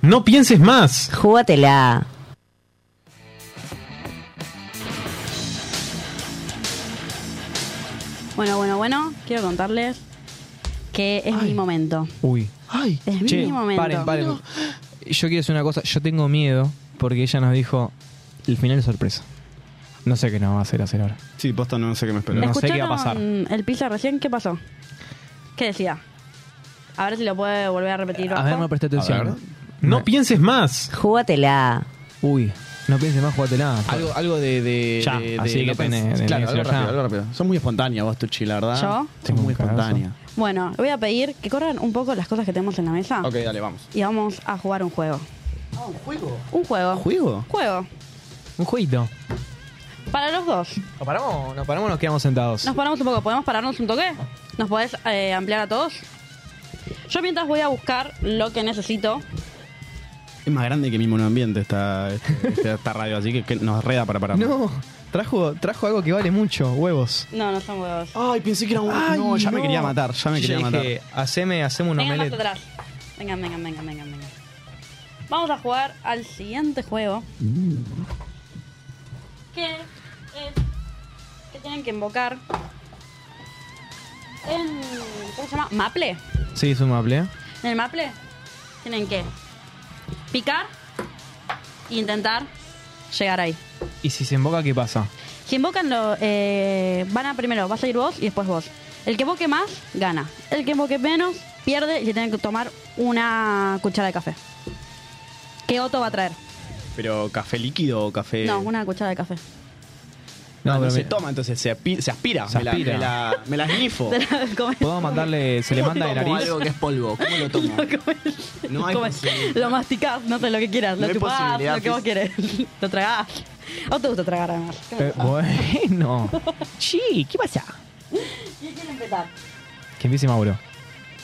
No pienses más. Júgatela. Bueno, bueno, bueno. Quiero contarles que es mi momento. Uy. Ay, es mi momento. paren, paren. Yo quiero decir una cosa. Yo tengo miedo porque ella nos dijo el final es sorpresa. No sé qué nos va a hacer hacer ahora. Sí, posta, no sé qué me espera. No sé qué va a pasar. ¿Escucharon El piso recién, ¿qué pasó? ¿Qué decía? A ver si lo puede volver a repetir. A Vasco. ver, no presté A ver. atención. No pienses más. Júgatela. Uy, no pienses más, jugátela. Algo, algo de, de- Ya, de- así de- que no pens- tenés- tenés Claro, que algo hacerlo ya. rápido, algo rápido. Sos muy espontánea vos, Tuchi, la verdad. ¿Yo? Sos muy espontánea. Bueno, voy a pedir que corran un poco las cosas que tenemos en la mesa. Ah. Ok, dale, vamos. Y vamos a jugar un juego. Ah, un juego. Un juego. ¿Juego? Juego. Un jueguito. Para los dos. ¿Nos paramos? ¿Nos paramos o nos quedamos sentados? Nos paramos un poco. ¿Podemos pararnos un toque? ¿Nos podés eh, ampliar a todos? Yo mientras voy a buscar lo que necesito. Es más grande que mi monoambiente esta, este- esta, esta radio, así que, que nos reda para parar. No, trajo, trajo algo que vale mucho, huevos. No, no son huevos. Ay, pensé que era un... no, ya me quería matar, ya me quería dije, Haceme, haceme un vengan más omelette. atrás. Vengan, vengan, vengan, vengan, vengan. Vamos a jugar al siguiente juego. Que es... Que tienen que invocar... En... ¿Cómo se llama? Maple. Sí, es un maple. En el maple tienen que picar e intentar llegar ahí. ¿Y si se invoca, qué pasa? Si invocan, lo, eh, van a primero, vas a ir vos y después vos. El que invoque más, gana. El que invoque menos, pierde y se tiene que tomar una cuchara de café. ¿Qué Otto va a traer? Pero café líquido o café... No, una cuchara de café. No, pero se me- toma, entonces se, api- se aspira. Se me la- aspira. Me, la, me la snifo. Te la comes. ¿Puedo mandarle, se le ¿Cómo manda de tomo nariz? algo que es polvo? ¿Cómo lo tomo? no hay Comes. posibilidad. Lo masticás, no sé, lo que quieras. No lo hay chupás, posibilidad lo que vos quieres. lo tragás. ¿O te gusta tragar además? ¿Qué Eh, bueno. sí, ¿qué pasa? quiere empezar? Que empiece Mauro.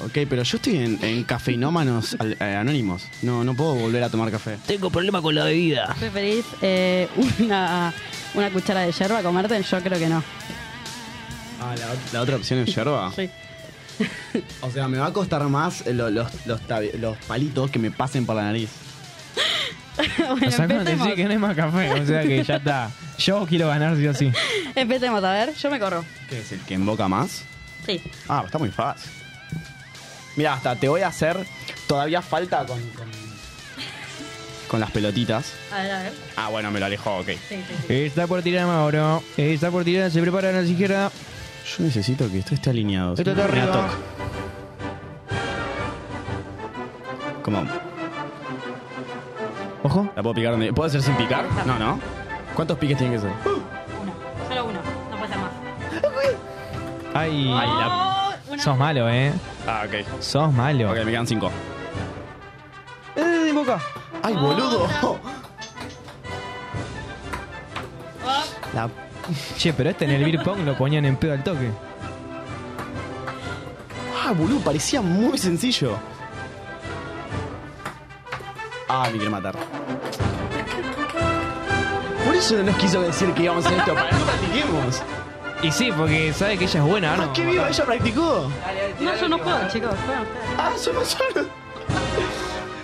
Ok, pero yo estoy en, en cafeinómanos al- eh, anónimos. No, no puedo volver a tomar café. Tengo problema con la bebida. ¿Preferís eh, una, una cuchara de yerba a comerte? Yo creo que no. Ah, la, ot- la otra opción es yerba. Sí. O sea, me va a costar más eh, lo- los, los tabi- los palitos que me pasen por la nariz. o sea, cuando decís que no hay más café, o sea que ya está. Yo quiero ganar sí o sí. Empecemos, a ver, yo me corro. ¿Qué es el que invoca más? Sí. Ah, está muy fácil. Mira, hasta te voy a hacer. Todavía falta con. con- con las pelotitas. A ver, a ver. Ah, bueno, me lo alejó, ok. Está por tirar Mauro. Está por tirar, se prepara a la izquierda. Yo necesito que esto esté alineado. Esto está Me la arriba. toco. Como. Ojo. ¿La puedo picar donde.? ¿Puedo hacer sin picar? No, no. ¿Cuántos piques tienen que ser? Solo uno. No puede ser más. Ay, la- una- sos malo, eh. Ah, ok. Sos malo. Ok, me quedan cinco. ¡Eh, en boca! ¡Ay, boludo! La- Che, pero este en el beer pong lo ponían en pedo al toque. Ah, boludo, parecía muy sencillo. Ah, me quiere matar. Por eso no nos quiso decir que íbamos a hacer esto, para que no practiquemos. Y sí, porque sabe que ella es buena, ¿no? Ah, qué viva, ella practicó. No, yo no puedo, chicos. Bueno, Ah, solo, solo.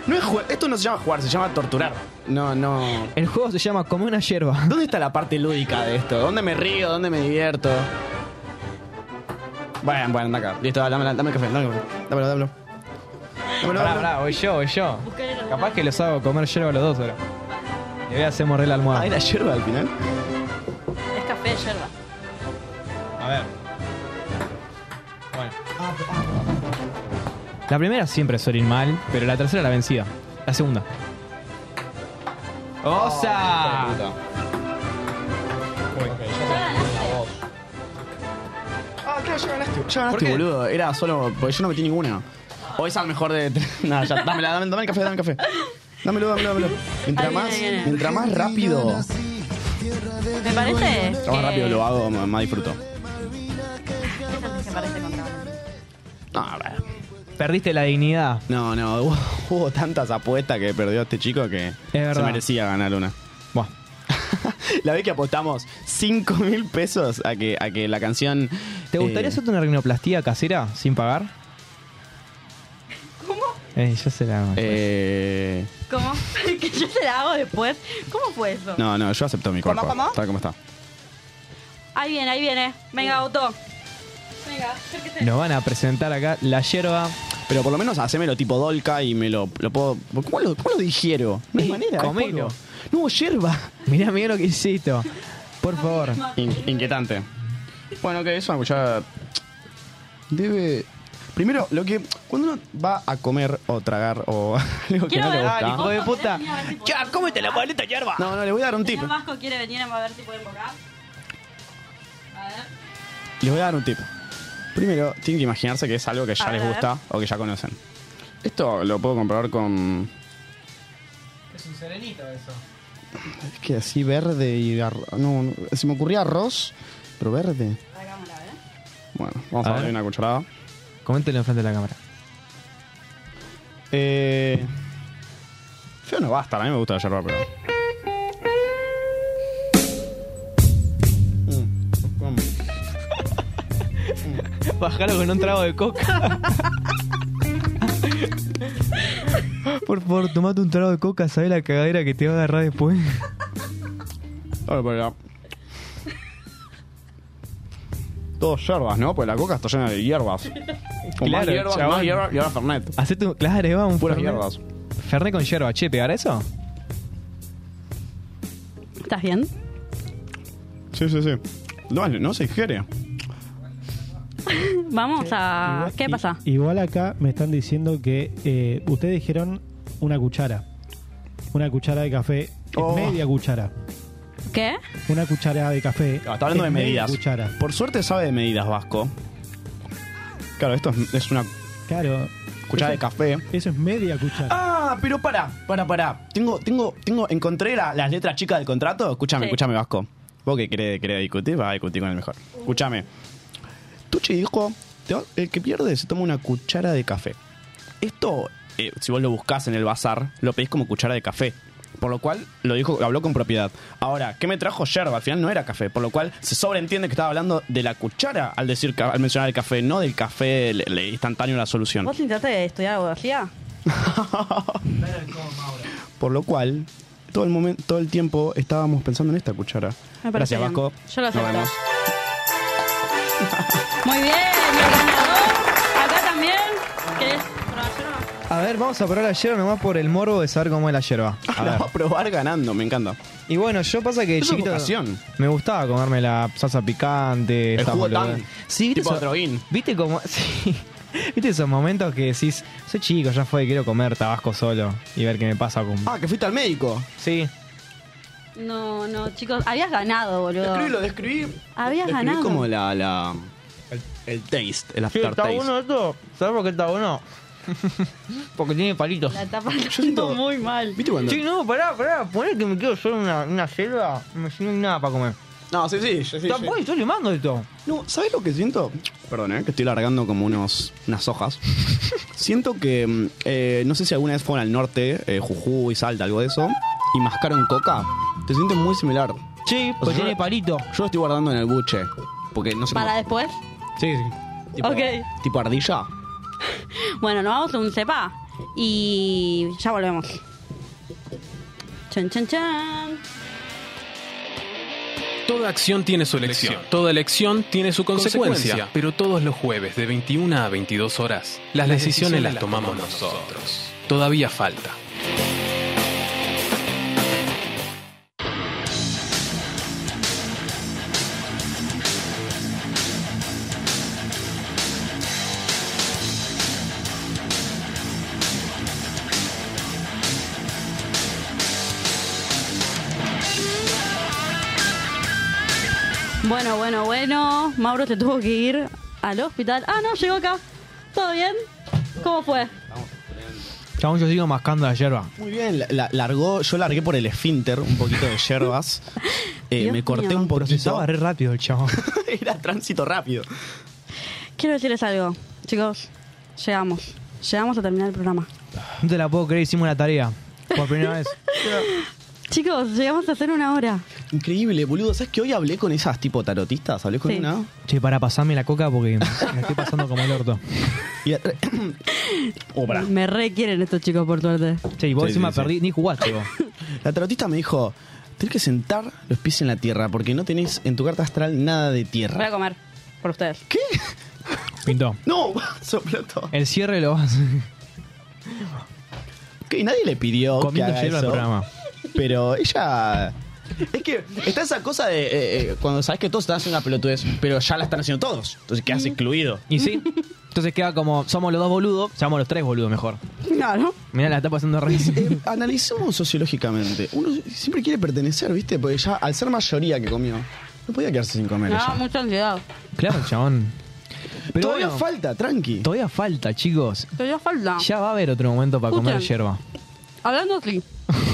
No es jugar, esto no se llama jugar, se llama torturar. No, no. El juego se llama Como una hierba. ¿Dónde está la parte lúdica de esto? ¿Dónde me río? ¿Dónde me divierto? Bueno, bueno, anda acá. Listo, dame, dame el café, dame el café. Dámelo, dámelo. Dámelo, Pará, dámelo. pará, voy yo, voy yo. Capaz que los hago comer hierba a los dos ahora. Le voy a hacer morrer la almohada. Ah, era hierba al final. es café de yerba. A ver. Bueno. La primera siempre suele ir mal, pero la tercera la vencida. La segunda. ¡Osa! Ah, claro, ya ganaste. Ya ganaste, boludo. Era solo. Porque yo no metí ninguna. O esa mejor de. Nada, ya. Dámela, dame, dame el café, dame el café. Dámelo, dámelo, dámelo. Mientras Ahí más, viene, ahí viene. mientras más rápido. Me parece. Mientras más rápido lo hago, más más disfruto. Esa se parece contra No, a ver. Perdiste la dignidad. No, no. Hubo, hubo tantas apuestas que perdió este chico que se verdad. merecía ganar una. Buah. la vez que apostamos 5 mil pesos a que, a que la canción. ¿Te gustaría eh, hacerte una rinoplastía casera sin pagar? ¿Cómo? Eh, yo se la hago. eh, ¿Cómo? que yo se la hago después. ¿Cómo fue eso? No, no, yo acepto mi ¿Cómo, cuerpo. cómo? Tal como está. Ahí viene, ahí viene. Venga, auto. Venga, acérquese. Nos van a presentar acá la hierba. Pero por lo menos hacémelo tipo dolca y me lo, lo puedo. ¿Cómo lo, cómo lo digiero? No hay Eh, manera. es comelo. polvo. No, hierba. Mirá, mirá lo que hiciste. Por Ah. favor. In- inquietante. Bueno, que eso, ya. Debe. Primero, lo que. Cuando uno va a comer o tragar o algo que Quiero no le ver gusta. dale, hijo de puta. Ya, cómete la paleta hierba. No, no, le voy a dar un tip. Señor Vasco quiere venir a ver si puede invocar. A ver. Les voy a dar un tip. Primero, tienen que imaginarse que es algo que ya A les ver. gusta o que ya conocen. Esto lo puedo comprar con. Es un serenito eso. Es que así verde y. ar- No, no, se me ocurría arroz, pero verde. Bueno, vamos A a, ver. darle una cucharada. Coméntelo enfrente de la cámara. Eh. Feo no va a estar, a mí me gusta la yerba, pero. Mm, ¿cómo? Bajalo con un trago de coca. Por favor, tomate un trago de coca, ¿sabes la cagadera que te va a agarrar después? Dale para allá. Todos yerbas, ¿no? Pues la coca está llena de hierbas. Con más Claro, hierbas, chabón. más hierbas y ahora Fernet. Hacete un... Claro, va un Puras fernet. hierbas. Fernet con yerba, che, ¿pegar eso? ¿Estás bien? Sí, sí, sí. No, vale, no se ingiere. Vamos a. ¿Qué pasa? Igual acá me están diciendo que eh, ustedes dijeron una cuchara. Una cuchara de café. Oh. Es media cuchara. ¿Qué? Una cuchara de café. Ah, Está hablando de es media medidas. cuchara. Por suerte sabe de medidas, Vasco. Claro, esto es, es una Claro. cuchara de Eso- café. Eso es media cuchara. Ah, pero para, para, para. Tengo, tengo, tengo, encontré la- las letras chicas del contrato. Escúchame, Sí. escúchame, Vasco. Vos que querés, querés discutir, va a discutir con el mejor. Escúchame. Tucci dijo, te va- el que pierde se toma una cuchara de café. Esto, eh, si vos lo buscás en el bazar, lo pedís como cuchara de café. Por lo cual, lo dijo, habló con propiedad. Ahora, ¿qué me trajo yerba? Al final no era café. Por lo cual, se sobreentiende que estaba hablando de la cuchara al decir, ca- al mencionar el café, no del café el- el instantáneo, la solución. ¿Vos intentaste de estudiar abogacía? Por lo cual, todo el, momento, todo el tiempo estábamos pensando en esta cuchara. Me parece Gracias, bien. Vasco. Yo lo Nos acepto. vemos. Muy bien, mi ganador. Acá también. ¿Querés probar yerba? A ver, vamos a probar la yerba nomás por el morbo de saber cómo es la yerba. A La va a probar ganando, me encanta. Y bueno, yo pasa que de Es chiquito vocación. me gustaba comerme la salsa picante, El esas jugo boludeces. Tang, Sí, viste tipo esos- Viste como sí. Viste esos momentos que decís, soy chico, ya fue, quiero comer tabasco solo y ver qué me pasa con Ah, que fuiste al médico. Sí. No, no, chicos, habías ganado, boludo. Lo describí. Habías Describí ganado. como la, la el, el taste, el aftertaste. esto? ¿Sabes por qué está bueno? Porque tiene palitos. La tapa siento muy mal. ¿Viste cuando? Sí, no, pará, pará, poner que me quedo solo una, una selva, no hay nada para comer. No, sí, sí, sí, sí. Tampoco yo le mando esto. No, ¿sabes lo que siento? Perdón, ¿eh? que estoy largando como unos, unas hojas. siento que, mm, eh, no sé si alguna vez fueron al norte, eh, Jujuy, Salta, algo de eso, y mascaron coca. Te sientes muy similar. Sí, pues porque tiene palito. Yo lo estoy guardando en el buche, porque no sé ¿Para después? cómo- Sí, sí. Tipo, Ok. tipo ardilla. Bueno, nos vamos a un cepa y ya volvemos. Chan, chan, chan. Toda acción tiene su elección, toda elección tiene su consecuencia, Consecuencia. pero todos los jueves de 21 a 22 horas, las, decisiones, las tomamos nosotros. Todavía falta. Bueno, bueno, bueno. Mauro se tuvo que ir al hospital. Ah, no, llegó acá. ¿Todo bien? ¿Cómo fue? Chabón, yo sigo mascando la yerba. Muy bien, la- la- largó, yo largué por el esfínter un poquito de yerbas. Eh, Dios me corté mío. un poquito. Procesaba re rápido el chabón. Era tránsito rápido. Quiero decirles algo, chicos. Llegamos. Llegamos a terminar el programa. No te la puedo creer, hicimos la tarea. Por primera vez. Chicos, llegamos a hacer una hora. Increíble, boludo. ¿Sabes que hoy hablé con esas tipo tarotistas? Hablé con Sí. una. Che, para pasarme la coca porque me estoy pasando como el orto. Y la- Oh, pará. Me requieren estos chicos, por suerte. Che, y vos Sí, encima sí, sí. perdí, ni jugaste vos. La tarotista me dijo: Tenés que sentar los pies en la tierra porque no tenés en tu carta astral nada de Voy tierra. a comer por ustedes. Pintó. No, sopló todo. El cierre lo vas. Que nadie le pidió que Comiendo haga yerba al eso, programa. Pero ella. Es que está esa cosa de eh, eh, cuando sabes que todos están haciendo una pelotudez, pero ya la están haciendo todos. Entonces quedas excluido. Y sí. Entonces queda como, somos los dos boludos, somos los tres boludos mejor. Claro. Mirá, la está pasando re. Eh, analicemos sociológicamente. Uno siempre quiere pertenecer, ¿viste? Porque ya al ser mayoría que comió, no podía quedarse sin comer. Me ella. daba mucha ansiedad. Claro, chabón. Pero Todavía bueno, falta, tranqui. todavía falta, chicos. Pero ya falta. Ya va a haber otro momento para comer Escuchen. yerba. Hablando así.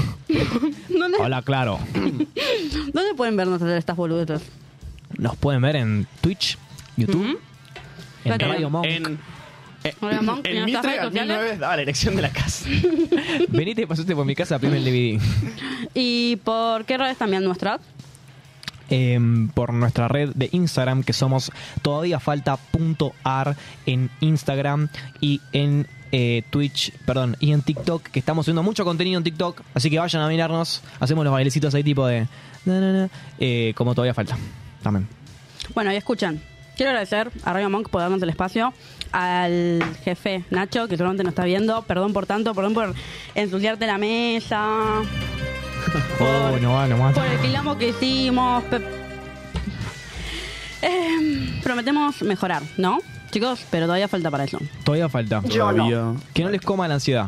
¿Dónde, Hola, claro. ¿Dónde pueden vernos hacer estas boludeces? Nos pueden ver en Twitch, YouTube, en Claro. Radio Monk. En, eh, Hola, Monk, ¿en en las Mitre redes al sociales? 1009 daba la dirección de la casa. Venite y pasaste por mi casa, prime el DVD. ¿Y por qué redes también nuestras? Em, por nuestra red de Instagram, que somos todavía falta.ar en Instagram y en eh, Twitch, perdón, y en TikTok, que estamos subiendo mucho contenido en TikTok, así que vayan a mirarnos, hacemos los bailecitos ahí tipo de... na, na, na, eh, como todavía falta. También. Bueno, y escuchan. Quiero agradecer a Radio Monk por darnos el espacio, al jefe Nacho, que solamente nos está viendo. Perdón por tanto, perdón por ensuciarte la mesa, Oh, no va, no va. por el quilombo que hicimos. pe- Eh, prometemos mejorar, ¿no? Chicos, pero todavía falta para eso. Todavía falta. Todavía. Que no les coma la ansiedad.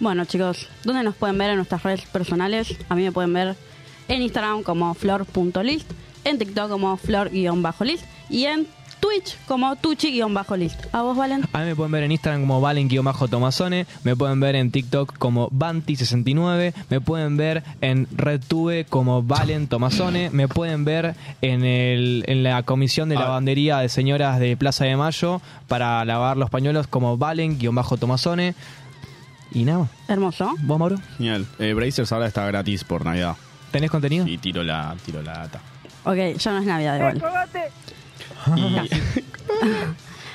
Bueno, chicos, ¿dónde nos pueden ver en nuestras redes personales? A mí me pueden ver en Instagram como flor.list, en TikTok como flor-list y en Twitch como tuchi-list. ¿A vos, Valen? A mí me pueden ver en Instagram como valen-tomazone, me pueden ver en TikTok como Banti69, me pueden ver en RedTube como Valen Tomazone, me pueden ver en, el, en la comisión de Ah. lavandería de señoras de Plaza de Mayo para lavar los pañuelos como Valen-tomazone. Y nada, más. Hermoso. ¿vos Mauro? Genial. Eh, Brazers ahora está gratis por Navidad. ¿Tenés contenido? Y tiro la, tiro la data. Ok, ya no es Navidad igual. Y,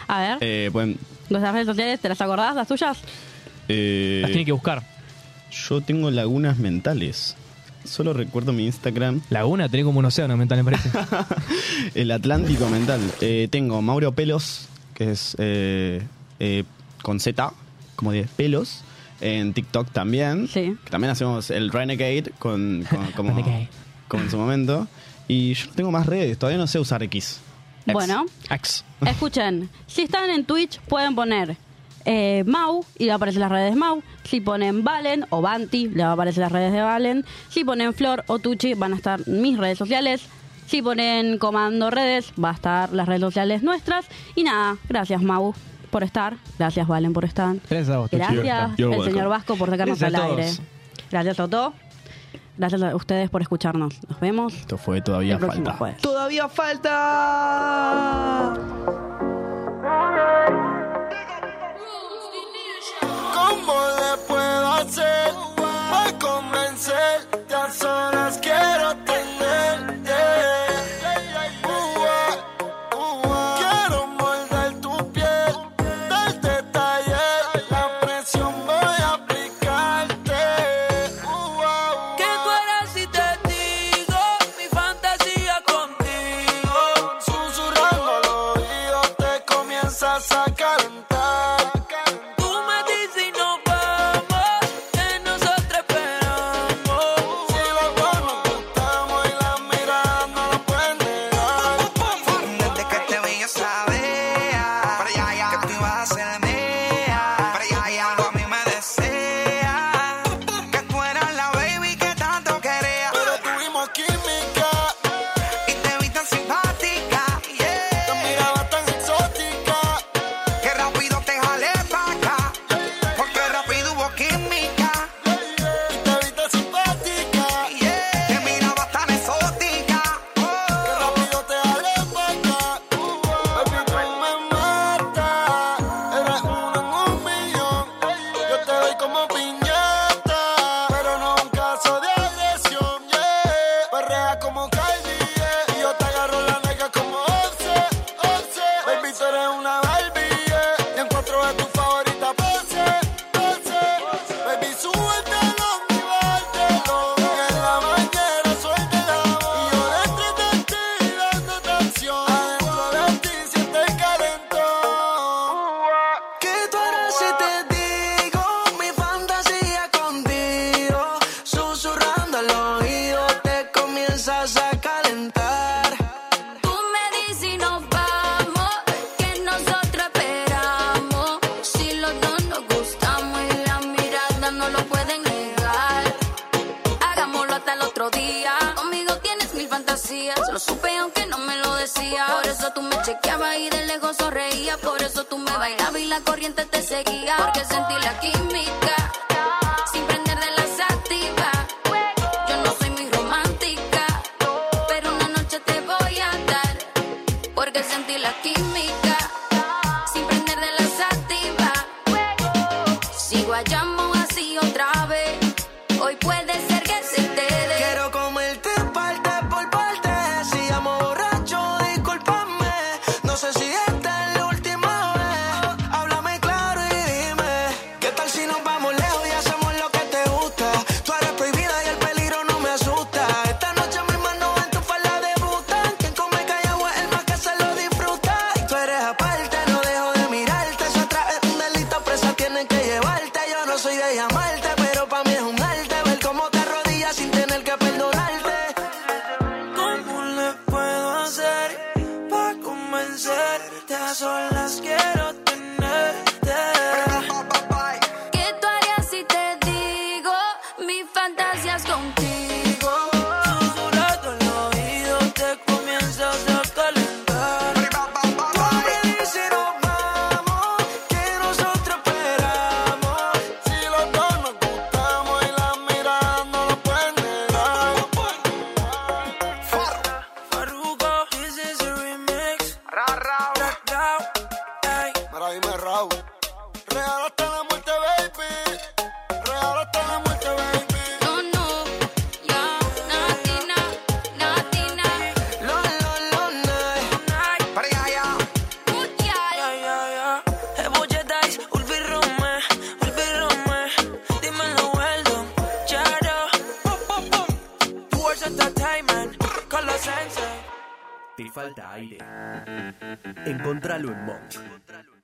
A ver, eh, pueden, nuestras redes sociales, ¿te las acordás, las tuyas? eh, Las tiene que buscar. Yo tengo lagunas mentales. Solo recuerdo mi Instagram, Laguna, tenés como un océano mental, me parece. el Atlántico Mental. Eh, tengo Mauro Pelos, que es eh, eh, con Z, como 10 pelos. En TikTok también. Que también hacemos el Renegade con, con- como, Renegade. como en su momento. Y yo no tengo más redes, todavía no sé usar X. X. Bueno. X. Escuchen, si están en Twitch pueden poner eh, Mau y le aparecen las redes Mau. Si ponen Valen o Banti, le aparecen las redes de Valen. Si ponen Flor o Tucci, van a estar mis redes sociales. Si ponen Comando Redes, va a estar las redes sociales nuestras. Y nada, gracias Mau por estar. Gracias Valen por estar. Gracias a vos, Tucci. Gracias You're el welcome. señor Vasco por sacarnos Gracias al a aire. todos. Gracias Otto. Gracias a ustedes por escucharnos. Nos vemos. Esto fue todavía El próximo falta. jueves. Todavía falta. ¿Cómo le puedo hacer para convencerte? A solas quiero tenerte. Uh-ah, uh-ah. Quiero morder tu piel, darte taller. La presión voy a aplicarte. Uh-ah, Que tú eres y te digo mi fantasía contigo. uh-ah. Susurrando al oído te comienzas a calentar. Tú me dices y nos vamos, que nosotros esperamos. Si los dos nos gustamos y las miradas no lo pueden negar. Desde que te vi yo sabía para allá, allá, que tú ibas a ser mía. Para allá, allá, algo a mí me desea. Que tú eras la baby que tanto quería. Pero tuvimos química. Y te vi tan simpática. Te miraba tan exótica. Que rápido te jalé para acá. Porque rápido hubo química. Y te vi tan simpática. Te mirabas tan exótica. Que rápido te jalé para acá. Baby, tú me matas. Eres uno en un millón. Yo te doy como piñata. Pero no un caso de agresión. Yeah. Perrea como Kylie. yeah. Y yo te agarro la nalga como Offset. Offset. Baby, tú eres una Barbie. yeah. Y en cuatro de tus favoritas. Pose, pose. Baby, sube el telón y bártelo. Y en la mañana suéltela. Y yo detrás de ti dando tensión. Adentro de ti siente el calentón. Que tú eres si te digo mi fantasía contigo, susurrando al oído te comienzas a calentar. Tú me dices y nos vamos, que nosotros esperamos. Si los dos nos gustamos y la mirada no lo pueden negar. Hagámoslo hasta el otro día. Conmigo tienes mil fantasías, lo supe aunque no me lo decías. Por eso tú me chequeabas y de lejos sonreía. Por eso tú me bailabas y la corriente te seguía. Porque sentí la química, sin prender de las activas. Yo no soy muy romántica, pero una noche te voy a dar. Porque sentí la química, sin prender de las activas. Si guayamos así otra vez, hoy puede ser que se entere. Quiero comerte parte por parte, si llamo borracho discúlpame, no sé si esta es la última vez, háblame claro y dime, ¿qué tal si nos vamos lejos y hacemos lo que te gusta? Tú eres prohibida y el peligro no me asusta, esta noche mis manos en tu falda debutan, quien come callado es el más que se lo disfruta, y tú eres aparte, no dejo de mirarte, eso atrás es un delito, presa tienen que llevarte, yo no soy de llamarte, pero pa' mí es un arte, ver cómo te arrodillas sin tener que perdonarte. ¿Cómo le puedo hacer para convencerte? A solas quiero tenerte. ¿Qué tú harías si te digo mis fantasías contigo? Susurrando al oído te comienzas a calentar. Tú me dices nos vamos, que nosotros esperamos. Si los dos nos gustamos y las miradas no lo pueden negar. Farruko, this is a remix. Check it out. Ey. Mira, dime, Raúl. Real hasta la muerte, baby. Real hasta la muerte, baby. No, no, ya, Natina, Natina, Lo, lo, lo, eh. night. Para allá, allá. Mundial. Ay, ay, ay. Eh, Buche Dice, Ulfi Rome, Ulfi Rome. Dímelo, Weldon, Charo. Pum, pum, pum. Towards Entertainment, Color Sensei. Te falta aire. Encontralo en Monk.